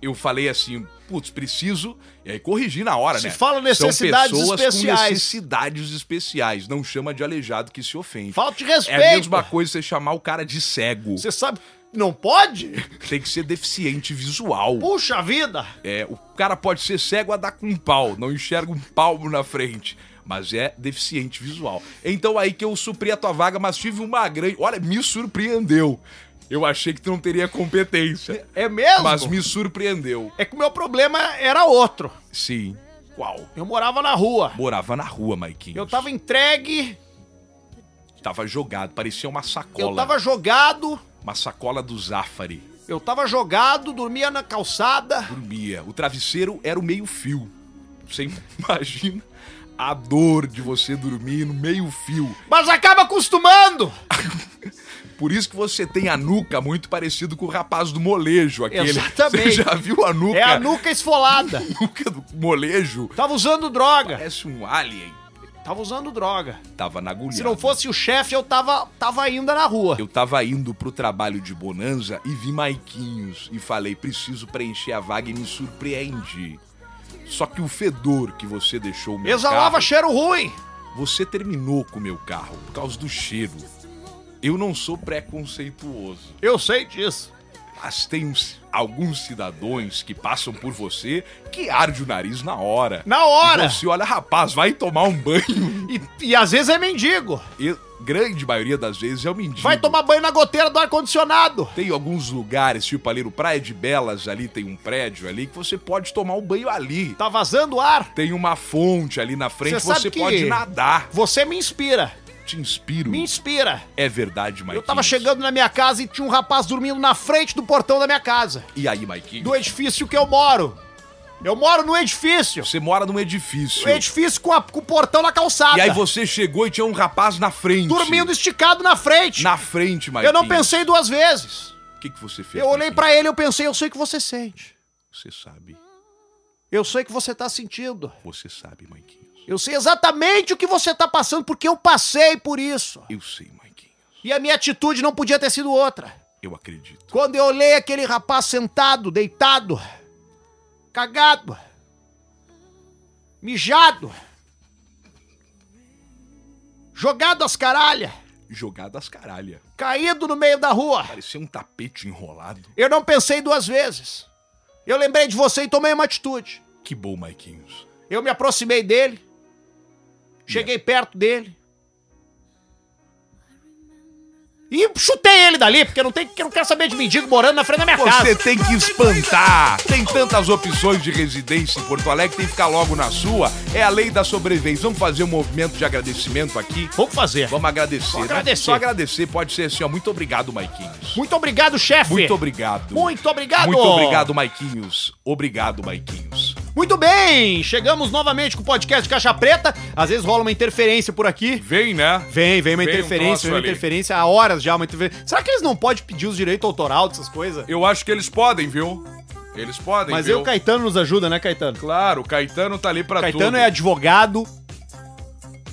eu falei assim, putz, preciso. E aí corrigi na hora,
Se
né?
fala necessidades
São pessoas
especiais.
Com necessidades especiais. Não chama de aleijado que se ofende.
Falta de
É a
respeito.
mesma coisa você chamar o cara de cego.
Você sabe, não pode?
Tem que ser deficiente visual.
Puxa vida.
É, o cara pode ser cego a dar com um pau, não enxerga um palmo na frente, mas é deficiente visual. Então aí que eu supri a tua vaga, mas tive uma grande. Olha, me surpreendeu. Eu achei que tu não teria competência,
É mesmo?
mas me surpreendeu.
É que o meu problema era outro.
Sim. Qual?
Eu morava na rua.
Morava na rua, Maiquinhos.
Eu tava entregue,
Tava jogado, parecia uma sacola.
eu tava jogado,
Uma sacola do Zafari.
eu tava jogado, dormia na calçada.
Dormia. O travesseiro era o meio-fio. Você [LAUGHS] imagina a dor de você dormir no meio-fio.
Mas acaba acostumando!
Por isso que você tem a nuca muito parecido com o rapaz do molejo, aquele.
Exatamente.
Você já viu a nuca?
É a nuca esfolada.
nuca do molejo.
Tava usando droga.
Parece um alien.
Tava usando droga.
Tava na agulha.
Se não fosse o chefe, eu tava, tava ainda na rua.
Eu tava indo pro trabalho de Bonanza e vi Maiquinhos e falei, preciso preencher a vaga e me surpreendi. Só que o fedor que você deixou o meu
Exalava
um carro,
cheiro ruim.
você terminou com o meu carro por causa do cheiro. Eu não sou preconceituoso,
Eu sei disso.
mas tem uns- alguns cidadãos que passam por você que arde o nariz na hora.
Na hora.
E Você olha, rapaz, vai tomar um banho.
E, e às vezes é mendigo.
E grande maioria das vezes é o mendigo.
Vai tomar banho na goteira do ar-condicionado.
Tem alguns lugares, tipo ali no Praia de Belas, ali tem um prédio ali que você pode tomar um banho ali.
Tá vazando ar.
Tem uma fonte ali na frente,
Você sabe
você
que-
pode nadar.
Você me inspira.
Te inspiro.
Me inspira.
É verdade, Maiquinhos.
Eu tava chegando na minha casa e tinha um rapaz dormindo na frente do portão da minha casa.
E aí, Maiquinhos?
Do edifício que eu moro. Eu moro no edifício.
Você mora num edifício.
O edifício é com, a- com o portão na calçada.
E aí você chegou e tinha um rapaz na frente.
Dormindo esticado na frente.
Na frente, Maiquinhos.
eu não pensei duas vezes.
O que, que você fez?
Eu olhei
Maiquinhos?
pra ele e eu pensei, eu sei o que você sente.
Você sabe.
Eu sei o que você tá sentindo.
Você sabe, Maiquinhos.
Eu sei exatamente o que você tá passando porque eu passei por isso.
Eu sei, Maiquinhos.
E a minha atitude não podia ter sido outra.
Eu acredito.
Quando eu olhei aquele rapaz sentado, deitado, cagado, mijado, jogado às caralhas,
Jogada às caralhas.
caído no meio da rua,
Parecia um tapete enrolado.
eu não pensei duas vezes. Eu lembrei de você e tomei uma atitude.
Que bom, Maiquinhos.
Eu me aproximei dele, cheguei perto dele e chutei ele dali, porque não tem, porque eu não quero saber de mendigo morando na frente da minha
Você
casa.
tem que espantar. Tem tantas opções de residência em Porto Alegre, tem que ficar logo na sua. É a lei da sobrevivência. Vamos fazer um movimento de agradecimento aqui.
Vamos fazer.
Vamos agradecer.
Vamos
né?
agradecer.
Só agradecer, pode ser assim, ó. Muito obrigado, Maiquinhos.
Muito obrigado, chefe.
Muito obrigado.
Muito obrigado.
Muito obrigado, Maiquinhos. Obrigado, Maiquinhos.
Muito bem, chegamos novamente com o podcast Caixa Preta. Às vezes rola uma interferência por aqui.
Vem, né?
Vem, vem uma
Vem um troço
interferência, vem uma
ali.
interferência. Há horas já uma interferência. Será que eles não podem pedir os direitos autoral dessas coisas?
Eu acho que eles podem, viu? Eles podem,
Mas aí
viu?
o Caetano nos ajuda, né, Caetano?
Claro, o Caetano tá ali pra
Caetano
tudo.
é
[LAUGHS]
advogado,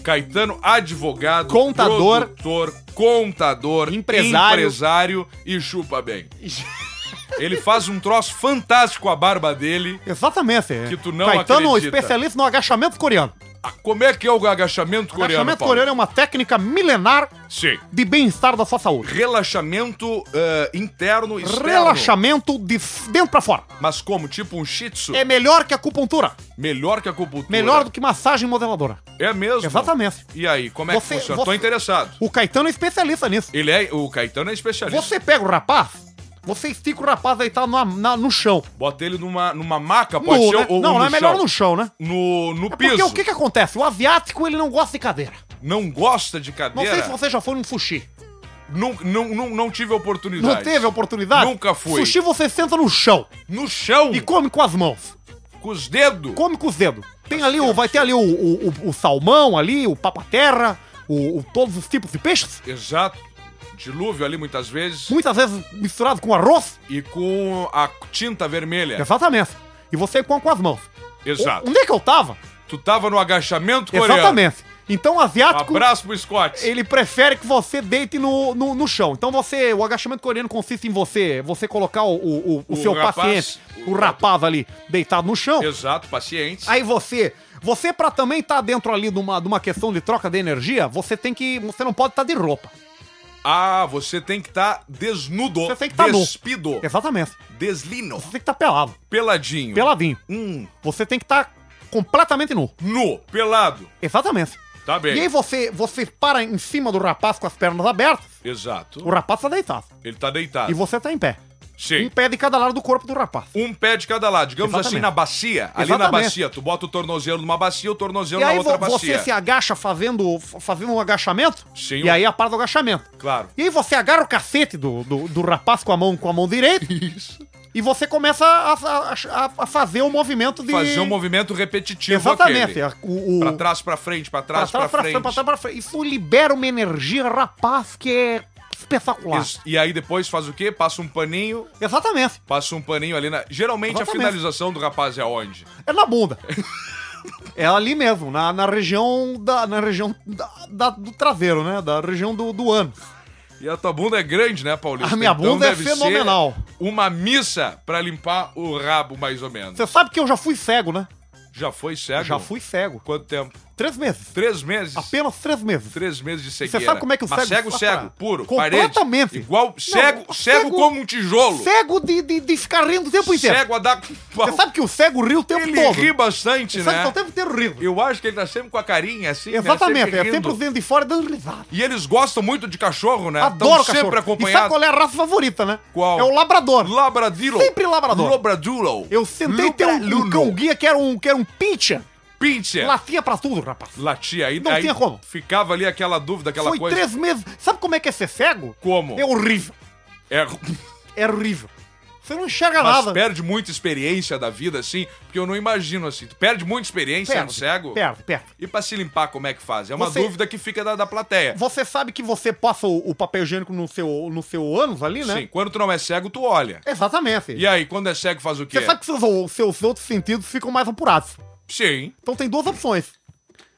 Caetano, advogado,
Contador.
produtor, contador,
Empresário.
empresário e chupa bem. Ele faz um troço fantástico a barba dele.
Exatamente. assim, é.
Que tu não
Caetano, um
acredita.
especialista no agachamento coreano.
Ah, Como é que é o agachamento coreano,
agachamento
Paulo?
coreano é uma técnica milenar
Sim.
de bem-estar da sua saúde.
Relaxamento eh, interno e externo.
Relaxamento de f- dentro pra fora.
Mas como? Tipo um shih tzu?
É melhor que acupuntura.
Melhor que a acupuntura?
Melhor do que massagem modeladora.
É mesmo?
Exatamente.
E aí, como é que
Você-
funciona?
você-
Tô interessado.
O Caetano é especialista nisso.
Ele é... O Caetano é especialista.
Você pega o rapaz, você estica o rapaz deitado na, na, no chão.
Bota ele numa, numa maca, pode
Nu,
ser?
né?
Ou,
não,
ou
não é
no
melhor
chão?
no chão, né?
No, no
É
piso.
porque o que que acontece? O asiático, ele não gosta de cadeira.
Não gosta de
Não
cadeira.
sei se você já foi num sushi.
Não, não, não, não tive oportunidade.
Não teve oportunidade?
Nunca fui.
Sushi você senta no chão
No chão,
e come com as mãos.
com os dedos.
Come com os dedos. Tem ali o, vai ter ali o, o, o- o salmão ali, o papaterra, o, o- todos os tipos de peixes.
Exato. Dilúvio ali muitas vezes.
Muitas vezes misturado com arroz.
E com a tinta vermelha.
Exatamente. E você come com as mãos.
Exato.
Onde é que eu tava?
Tu tava no agachamento coreano.
Exatamente. Então o
Um
asiático...
abraço pro Scott.
ele prefere que você deite no, no, no chão. Então você, o agachamento coreano consiste em você, você colocar o, o, o- o
O
seu
rapaz,
paciente, o,
o-
rapaz ali deitado no chão.
Exato, paciente.
Aí você, você pra também estar dentro ali de uma, de uma questão de troca de energia, você tem que, você não pode estar de roupa.
Ah, você tem que estar desnudo.
Você tem que tá nu.
Despido.
Exatamente.
Deslino.
Você tem que estar pelado,
Peladinho.
peladinho.
Hum.
Você tem que estar completamente nu.
Nu. Pelado.
Exatamente.
Tá bem.
E aí você, você para em cima do rapaz com as pernas abertas,
Exato.
o rapaz tá deitado
Ele tá deitado.
e você tá em pé. Um
Sim.
pé de cada lado do corpo do rapaz.
Um pé de cada lado. Digamos
Exatamente.
assim, na bacia. Ali na
Exatamente.
bacia. Tu bota o tornozelo numa bacia, o tornozelo
E
na
aí
outra
vo- você
bacia.
se agacha fazendo, f- fazendo um agachamento,
Sim.
e aí a parte do agachamento.
Claro.
E aí você agarra o cacete do, do, do rapaz com a mão com a mão direita, e você começa a, a- a- a fazer o movimento de...
Fazer um movimento repetitivo
Exatamente.
aquele.
a- O, o...
Pra trás, pra frente, pra
pra
trás, pra,
pra
frente.
pra trás, pra frente. Isso libera uma energia, rapaz, que é espetacular.
Isso. E aí depois faz o quê? Passa um paninho,
Exatamente.
passa um paninho ali na... Geralmente a
Exatamente.
[LAUGHS] finalização do rapaz é onde?
É na bunda. É ali mesmo, na, na região, da, na região da- da- do traveiro, né? Da região do, do ano.
E a tua bunda é grande, né, Paulista?
A minha bunda é
deve ser
fenomenal.
Uma missa pra limpar o rabo, mais ou menos.
Você sabe que eu já fui cego, né?
Já foi cego?
Então- Já Ah, fui cego.
Quanto tempo?
Três meses.
Três meses.
Apenas três meses.
Três meses de
Você
cegueira.
sabe como é que o
Mas
cego
cego,
faz
cego,
pra-
puro,
Completamente.
parede. Igual, cego,
Não,
cego,
cego-
como um tijolo.
Cego de, de, de ficar rindo o tempo inteiro.
Cego a dar...
Você sabe que o cego ri o tempo
Ele
todo.
ri bastante,
Você
né?
sabe que o tempo inteiro rindo.
Eu acho que ele tá sempre com a carinha assim, né?
Exatamente, é sempre
rindo.
os dentro de fora dando risada.
E eles gostam muito de cachorro, né?
Adoro
Tão sempre
cachorro. E sabe
acompanhados.
qual é a raça favorita, né?
Qual?
É o labrador.
Labradilo.
Sempre labrador.
Labradilo.
Eu sentei ter um, um cão guia que era um, que era um pincher.
Pincher.
Latia pra tudo, rapaz.
Latia. Aí,
Não
aí
tinha como.
Ficava ali aquela dúvida, aquela
Foi
coisa.
três meses. Sabe como é que é ser cego?
Como?
É horrível. [LAUGHS]
É,
É horrível. Você não enxerga
mas
nada.
perde muita experiência da vida, assim, porque eu não imagino assim. Tu perde muita experiência sendo cego.
Perde, perde.
E pra se limpar, como é que faz? É uma
Você-
dúvida que fica da, da plateia.
Você sabe que você passa o, o papel higiênico no seu, no seu ânus ali, né?
Sim, quando tu não é cego, tu olha.
Exatamente.
E aí, quando é cego, faz o quê?
Você sabe que seus, os seus outros sentidos ficam mais apurados.
Sim.
Então tem duas opções.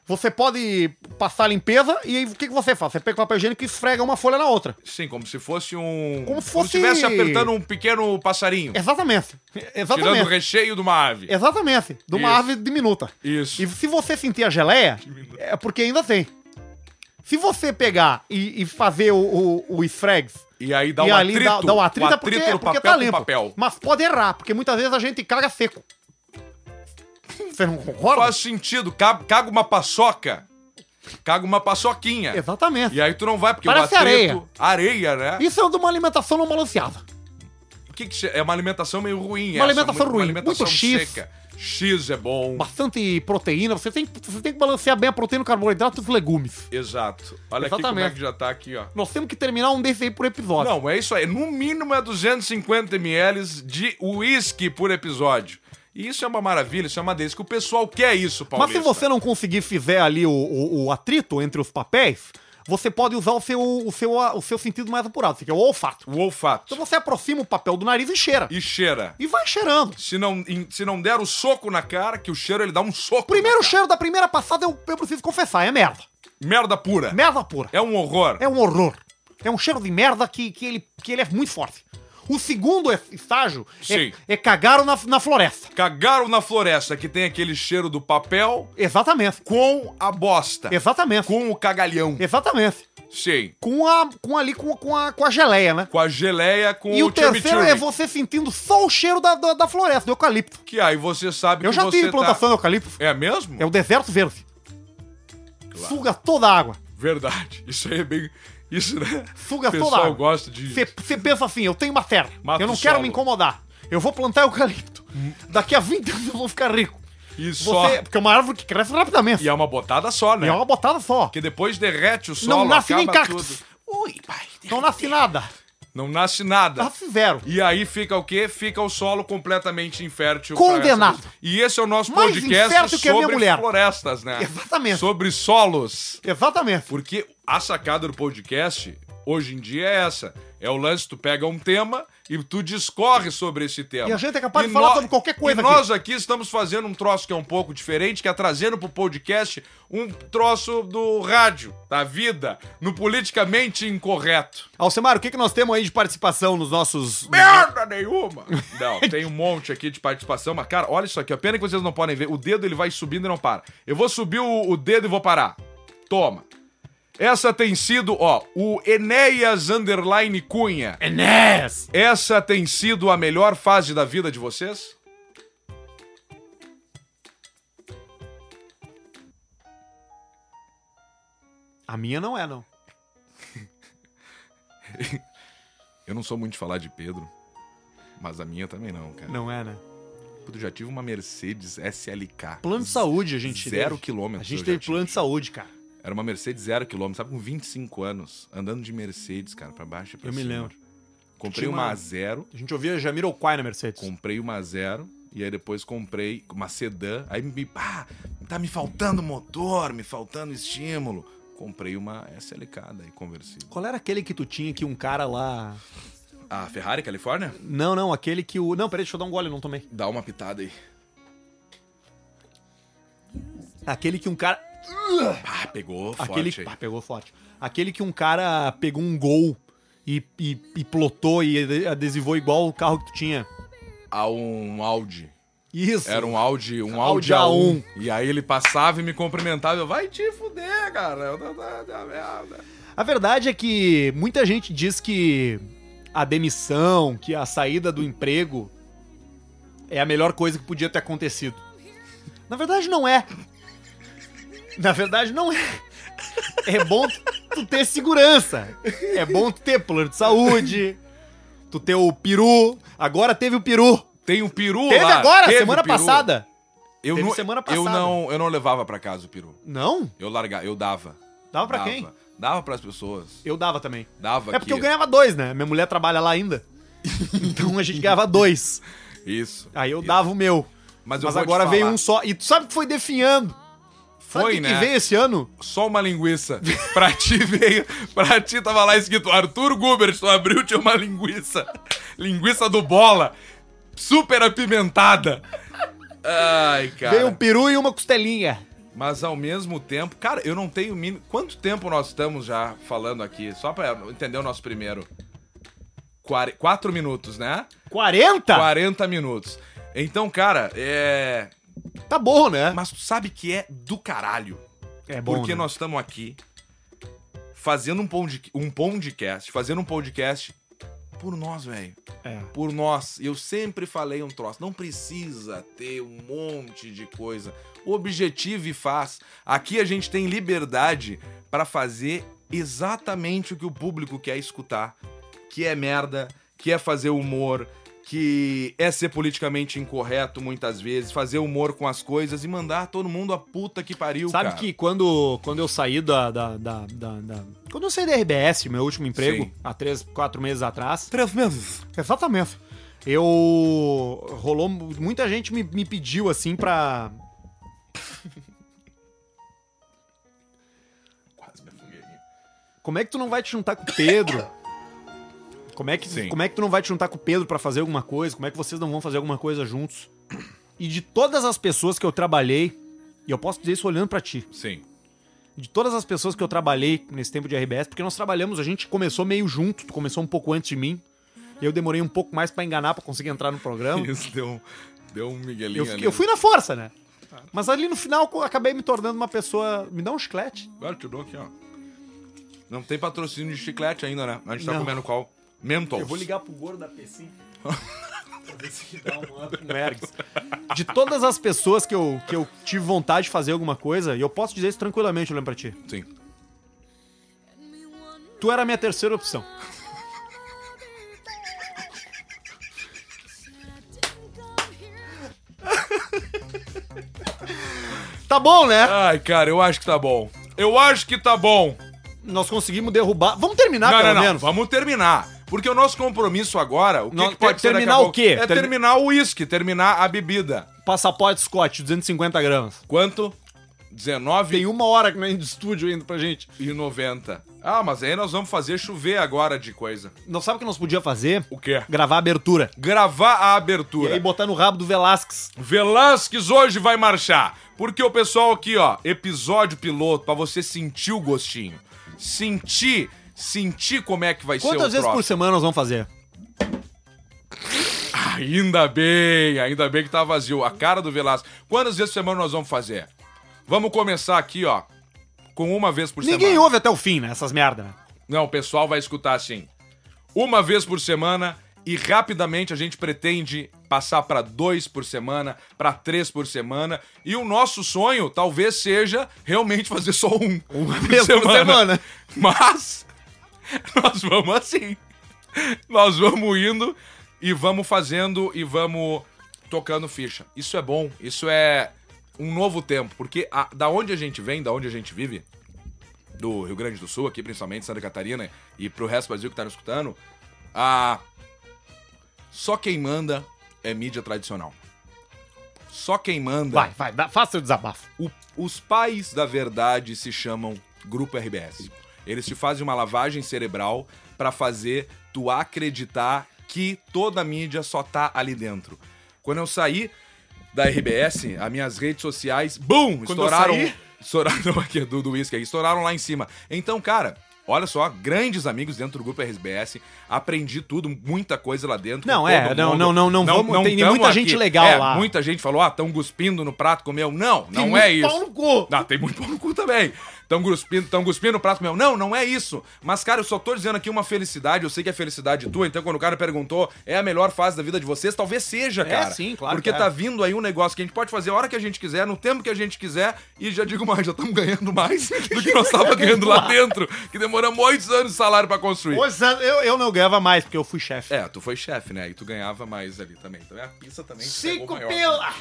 Você pode passar a limpeza e aí o que, que você faz? Você pega o papel higiênico e esfrega uma folha na outra.
Sim, como se fosse um.
Como se fosse-
estivesse apertando um pequeno passarinho.
Exatamente.
Tirando o
Exatamente.
recheio de uma ave.
Exatamente. De uma
Isso.
árvore diminuta.
Isso.
E se você sentir a geleia, é porque ainda tem. Se você pegar e, e fazer o, o, o esfregues
E aí dá
e
um
ali
atrito.
dá, dá um atrito,
O
é porque,
atrito
é
do
porque
papel
tá
com
limpo.
papel.
Mas pode errar, porque muitas vezes a gente caga seco. [LAUGHS] Você não concorda?
Faz sentido. Caga, caga uma paçoca. Caga uma paçoquinha.
Exatamente.
E aí tu não vai, porque
Parece
o atrito... Areia. né?
Isso é de uma alimentação não balanceada.
O que que se- é uma alimentação meio ruim
Uma alimentação
muito-
ruim,
alimentação
muito X.
seca. X é bom.
Bastante proteína, você tem, que- você tem que balancear bem a proteína, o carboidrato e os legumes.
Exato. Olha aqui como
Exatamente.
é que já tá aqui, ó.
Nós temos que terminar um desse aí por episódio.
Não, é isso aí. No mínimo é 250 ml de uísque por episódio. E isso é uma maravilha, isso é uma delícia. que O pessoal quer isso,
Mas
Paulista.
se você não conseguir fizer ali o, o- o atrito entre os papéis, você pode usar o seu, o seu, o seu sentido mais apurado, que é o olfato.
O olfato.
Então você aproxima o papel do nariz e cheira.
E cheira.
E vai cheirando.
Se não, em- se não der o soco na cara, que o cheiro ele dá um soco.
Primeiro
na cara.
cheiro da primeira passada, eu, eu preciso confessar, é merda.
Merda pura.
Merda pura.
É um horror.
É um horror. É um cheiro de merda que, que, ele, que ele é muito forte. O segundo es- estágio
Sim.
é, é cagaram na, na floresta.
Cagaram na floresta, que tem aquele cheiro do papel
Exatamente.
com a bosta.
Exatamente.
Com o cagalhão.
Exatamente.
Sim.
Com a. Com ali com, com, a, com a geleia, né?
Com a geleia, com
E o terceiro
chimichurri.
é você sentindo só o cheiro da, da, da floresta, do eucalipto.
Que aí você sabe
Eu
que
já
você
tive
tá-
plantação de eucalipto.
É mesmo?
É o deserto verde. Suga toda a água.
Verdade. [LAUGHS] Isso aí é bem. Isso, né?
Suga
o
toda a
pessoal
água.
gosta de.
Você pensa assim, eu tenho uma terra.
Mata
eu não
o
quero
solo.
me incomodar. Eu vou plantar eucalipto. Daqui a 20 anos eu vou ficar rico.
E só.
Você, porque é uma árvore que cresce rapidamente.
E é uma botada só, né?
E é uma botada só.
Porque depois derrete o solo,
nasce nem
acaba
cactos.
tudo.
Ui, pai.
Não nasce nada.
Não nasce nada.
Nasce zero.
E aí fica o quê? Fica o solo completamente infértil.
Condenado.
pra essa- E esse é o nosso
Mais infértil
podcast
que a minha
sobre
mulher. [LAUGHS]
florestas, né?
Exatamente.
Sobre solos.
Exatamente.
Porque a sacada do podcast hoje em dia é essa. É o lance, tu pega um tema e tu discorre sobre esse tema.
E a gente é capaz de falar sobre qualquer coisa
E
aqui.
nós aqui estamos fazendo um troço que é um pouco diferente, que é trazendo pro podcast um troço do rádio, da vida, no politicamente incorreto.
Alcemar, o que, que nós temos aí de participação nos nossos.
Merda nenhuma! [LAUGHS] Não, tem um monte aqui de participação, mas cara, olha isso aqui, a pena que vocês não podem ver. O dedo ele vai subindo e não para. Eu vou subir o, o dedo e vou parar. Toma. Essa tem sido, ó, o Enéas Underline Cunha.
Enes!
Essa tem sido a melhor fase da vida de vocês?
A minha não é, não.
Eu não sou muito de falar de Pedro, mas a minha também não, cara.
Não é, né?
Eu já tive uma Mercedes SLK.
Plano de saúde a gente
Zero
teve.
quilômetros
A gente
eu
teve
já
plano de saúde, cara.
Era uma Mercedes zero quilômetro, sabe, com 25 anos, andando de Mercedes, cara, pra baixo e pra
Eu me
cima.
lembro.
Comprei
Tinha
uma...
uma-
a zero,
A gente ouvia Jamiroquai na Mercedes.
comprei uma a zero, e aí depois comprei uma sedã, aí me... Ah, tá me faltando motor, me faltando estímulo. Comprei uma SLK daí, conversível.
Qual era aquele que tu tinha que um cara lá.
A Ferrari, Califórnia?
Não, não, aquele que o. Não, peraí, deixa eu dar um gole, não tomei.
Dá uma pitada aí.
Aquele que um cara.
Ah, pegou
Aquele
forte aí.
ah, pegou forte. Aquele que um cara pegou um gol e, e, e plotou e adesivou igual o carro que tu tinha.
A um Audi.
Isso.
Era um Audi, um
Audi
Audi, A1.
A1.
E aí ele passava e me cumprimentava. Eu, vai te fuder, cara. Eu tô- tô- tô- merda.
A verdade é que muita gente diz que a demissão, que a saída do emprego é a melhor coisa que podia ter acontecido. Na verdade, não é. Na verdade, não é. É bom tu- tu ter segurança. É bom tu ter plano de saúde. Tu ter o peru. Agora teve o peru.
Tem um peru
Teve
lá.
agora,
teve
semana
peru.
passada.
Eu
Teve
não,
semana
Eu
passada.
não, eu não levava pra casa o peru.
Não?
Eu largava, eu dava.
Dava pra
Dava.
quem?
Dava pras pessoas.
Eu dava também.
Dava
É porque eu
aqui.
ganhava dois, né? Minha mulher trabalha lá ainda. Então a gente ganhava dois.
Isso.
Aí eu
isso.
dava o meu. Mas,
Mas eu vou te
agora veio
falar.
um só. E tu sabe que foi definhando. Sabe o
Foi,
que,
né?
que veio esse ano?
Só uma linguiça. Pra ti veio. Pra ti tava lá escrito Arthur Gubert, tu abriu, tinha uma linguiça. Linguiça do bola. Super apimentada. Ai, cara.
Veio um peru e uma costelinha.
Mas ao mesmo tempo, cara, eu não tenho mínimo. Quanto tempo nós estamos já falando aqui? Só pra entender o nosso primeiro. Quare... Quatro minutos, né?
40?
40 minutos. Então, cara, é.
Tá bom, né?
Mas tu sabe que é do caralho.
É
porque
né?
nós estamos aqui fazendo um, pod... um podcast, fazendo um podcast por nós, velho.
É.
Por nós. E Eu sempre falei um troço. Não precisa ter um monte de coisa. Objetive e faz. Aqui a gente tem liberdade pra fazer exatamente o que o público quer escutar. Que é merda, que é fazer humor, que é ser politicamente incorreto muitas vezes, fazer humor com as coisas e mandar todo mundo a puta que pariu,
Sabe
cara.
que quando, quando eu saí da, da, da, da- da- Quando eu saí da RBS, meu último emprego,
Sim.
há três, quatro meses atrás.
Três meses.
Exatamente. Eu. Rolou. Muita gente me, me pediu assim pra.
Quase me afoguei.
Como é que tu não vai te juntar com o Pedro? Como é que,
Sim.
como é que tu não vai te juntar com o Pedro pra fazer alguma coisa? Como é que vocês não vão fazer alguma coisa juntos? E de todas as pessoas que eu trabalhei, e eu posso dizer isso olhando pra ti,
Sim.
de todas as pessoas que eu trabalhei nesse tempo de RBS, porque nós trabalhamos, a gente começou meio junto, tu começou um pouco antes de mim, e eu demorei um pouco mais pra enganar pra conseguir entrar no
[LAUGHS]
programa.
Isso deu um, deu um miguelinho
Eu,
ali.
fiquei- eu fui na força, né? Mas ali no final eu acabei me tornando uma pessoa. Me dá um chiclete.
Agora te dou aqui, ó. Não tem patrocínio de chiclete ainda, né? A gente tá
Não.
comendo qual? Mentos.
Eu vou ligar pro gordo da PC. pra ver se ele dá um up no Ergs. De todas as pessoas que eu, que eu tive vontade de fazer alguma coisa, e eu posso dizer isso tranquilamente olhando pra ti,
Sim.
tu era a minha terceira opção. Tá bom, né?
Ai, cara, eu acho que tá bom. Eu acho que tá bom.
Nós conseguimos derrubar. Vamos terminar,
não,
Ah, pelo
não, não.
menos.
Vamos terminar. Porque o nosso compromisso agora, o que,
Nós-
que pode ser daqui a
terminar o
pouco?
quê?
É
Termi-
terminar o uísque, terminar a bebida.
Passaporte Scott, 250 gramas.
Quanto?
Tem
19
uma hora que não é de estúdio ainda pra gente.
e 90. Ah, mas aí nós vamos fazer chover agora de coisa.
Nós sabe o que nós podíamos fazer?
O quê?
Gravar a abertura.
Gravar a
E
abertura.
aí botar no rabo do Velasquez.
Velasquez hoje vai marchar. Porque o pessoal aqui, ó, episódio piloto, pra você sentir o gostinho. Sentir, sentir como é que vai ser o
Quantas vezes por
troço.
semana nós vamos fazer?
Ainda bem, ainda bem que tá vazio. A cara do Velasquez. Quantas vezes por semana nós vamos fazer? Vamos começar aqui, ó, com uma vez por
Ninguém
semana.
ouve até o fim, né? Essas merda, né?
Não, o pessoal vai escutar assim. Uma vez por semana e rapidamente a gente pretende passar pra dois por semana, pra três por semana. E o nosso sonho talvez seja realmente fazer só
[LAUGHS]
um. Uma
vez por semana.
Mas nós vamos assim. Nós vamos indo e vamos fazendo e vamos tocando ficha. Isso é bom, isso é um novo tempo, porque a- da onde a gente vem, da onde a gente vive, do Rio Grande do Sul, aqui principalmente, Santa Catarina, e pro resto do Brasil que tá nos escutando, a... só quem manda é mídia tradicional. Só quem manda.
Vai, vai, dá, faça seu desabafo.
O- os pais da verdade se chamam Grupo RBS. Eles te fazem uma lavagem cerebral pra fazer tu tá acreditar que toda a mídia só tá ali dentro. Quando eu saí da RBS, as minhas redes sociais, bum,
Quando eu
estouraram.
saí?
[LAUGHS] Estouraram aqui do, do uísque aí, estouraram lá em cima. Então, cara. Olha só, grandes [LAUGHS] amigos dentro do grupo RBS, aprendi tudo, muita coisa lá dentro. com
Não, é,
todo
não,
mundo.
não, não, não vamos- tem
tamo
muita gente legal
É,
lá.
Muita gente falou, ah, tão cuspindo no prato comeu. Não, não
Tem muito
é isso.
pau tá no cu.
Ah, tem muito pau no cu também. Tão cuspindo, tão cuspindo o prato meu. Não, não é isso. Mas, cara, eu só tô dizendo aqui uma felicidade. Eu sei que é felicidade tua. Então, quando o cara perguntou, é a melhor fase da vida de vocês? Talvez seja, cara.
sim, claro
Porque
que é.
tá vindo aí um negócio que a gente pode fazer a hora que a gente quiser, no tempo que a gente quiser. E já digo mais, já estamos ganhando mais [LAUGHS] do que nós
[LAUGHS]
estávamos ganhando lá dentro. Que demoramos oito anos de salário pra construir.
Pois é, eu, eu não ganhava mais, porque eu fui chefe.
É, tu foi chefe, né? E tu ganhava mais ali também. Então, é a pizza também. que pegou
Cinco
maior.
pila!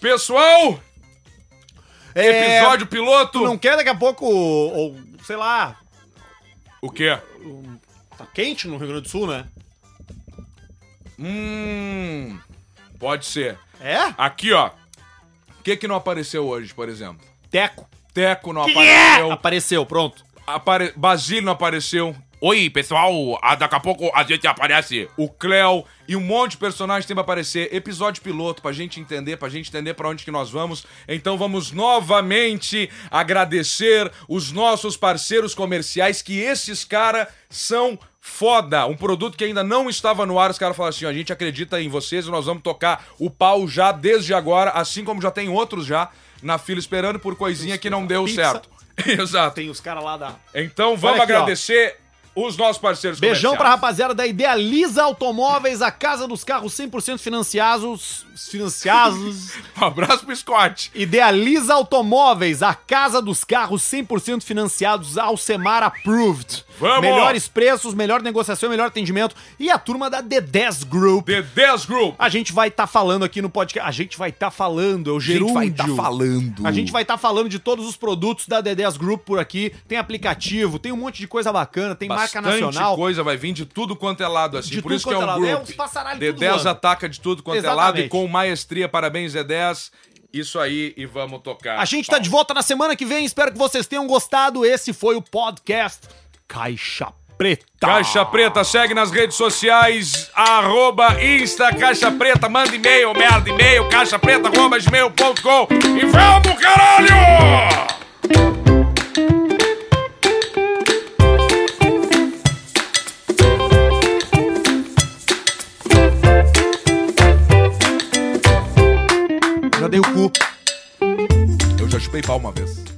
Pessoal!
É,
Episódio piloto!
Tu não quer daqui a pouco, ou, ou, sei lá,
O quê?
tá quente no Rio Grande do Sul, né?
Hum. Pode ser.
É?
Aqui, ó.
O que que não apareceu hoje, por exemplo?
Teco.
Teco não
é,
apareceu.
Apareceu, pronto.
Apare... Basílio não apareceu.
Oi, pessoal. Ah, Daqui a pouco a gente aparece.
O Cleo e um monte de personagens tem pra aparecer. Episódio piloto pra gente entender, pra gente entender pra onde que nós vamos. Então vamos novamente agradecer os nossos parceiros comerciais, que esses caras são foda. Um produto que ainda não estava no ar, os caras falaram assim: ó, a gente acredita em vocês e nós vamos tocar o pau já desde agora, assim como já tem outros já na fila esperando por coisinha que não deu
Pizza.
certo. [LAUGHS] Exato.
Tem os caras lá da.
Então vamos
Olha aqui,
agradecer os nossos parceiros
Beijão pra
comerciais.
rapaziada da Idealiza Automóveis, a casa dos carros 100% financiados. Financiados.
Um [LAUGHS] abraço pro Scott.
[LAUGHS] Idealiza Automóveis, a casa dos carros 100% financiados, Alcemar Approved.
Vamos!
Melhores preços, melhor negociação, melhor atendimento. E a turma da D10 Group.
The 10 Group.
A gente vai estar falando aqui no podcast. A gente vai estar falando, é o gerúndio.
tá falando.
A gente vai estar falando de todos os produtos da D10 Group por aqui. Tem aplicativo, tem um monte de coisa bacana, tem
Bastante
marca nacional.
coisa vai vir de tudo quanto é lado, assim.
De
Por
tudo
isso que é
quanto é
um
lado. É
grupo.
uns passaralho
The
tudo
10
voando.
ataca de tudo quanto é lado e
Exatamente.
com maestria. Parabéns, The 10. Isso aí, e vamos tocar.
A gente tá de volta na semana que vem. Espero que vocês tenham gostado. Esse foi o podcast Caixa Preta.
Caixa Preta, segue nas redes sociais, arroba Insta Caixa Preta, manda e-mail, merda, e-mail, caixapreta, arroba gmail.com e vamos, caralho!
Já dei o cu.
Eu já chupei pau uma vez.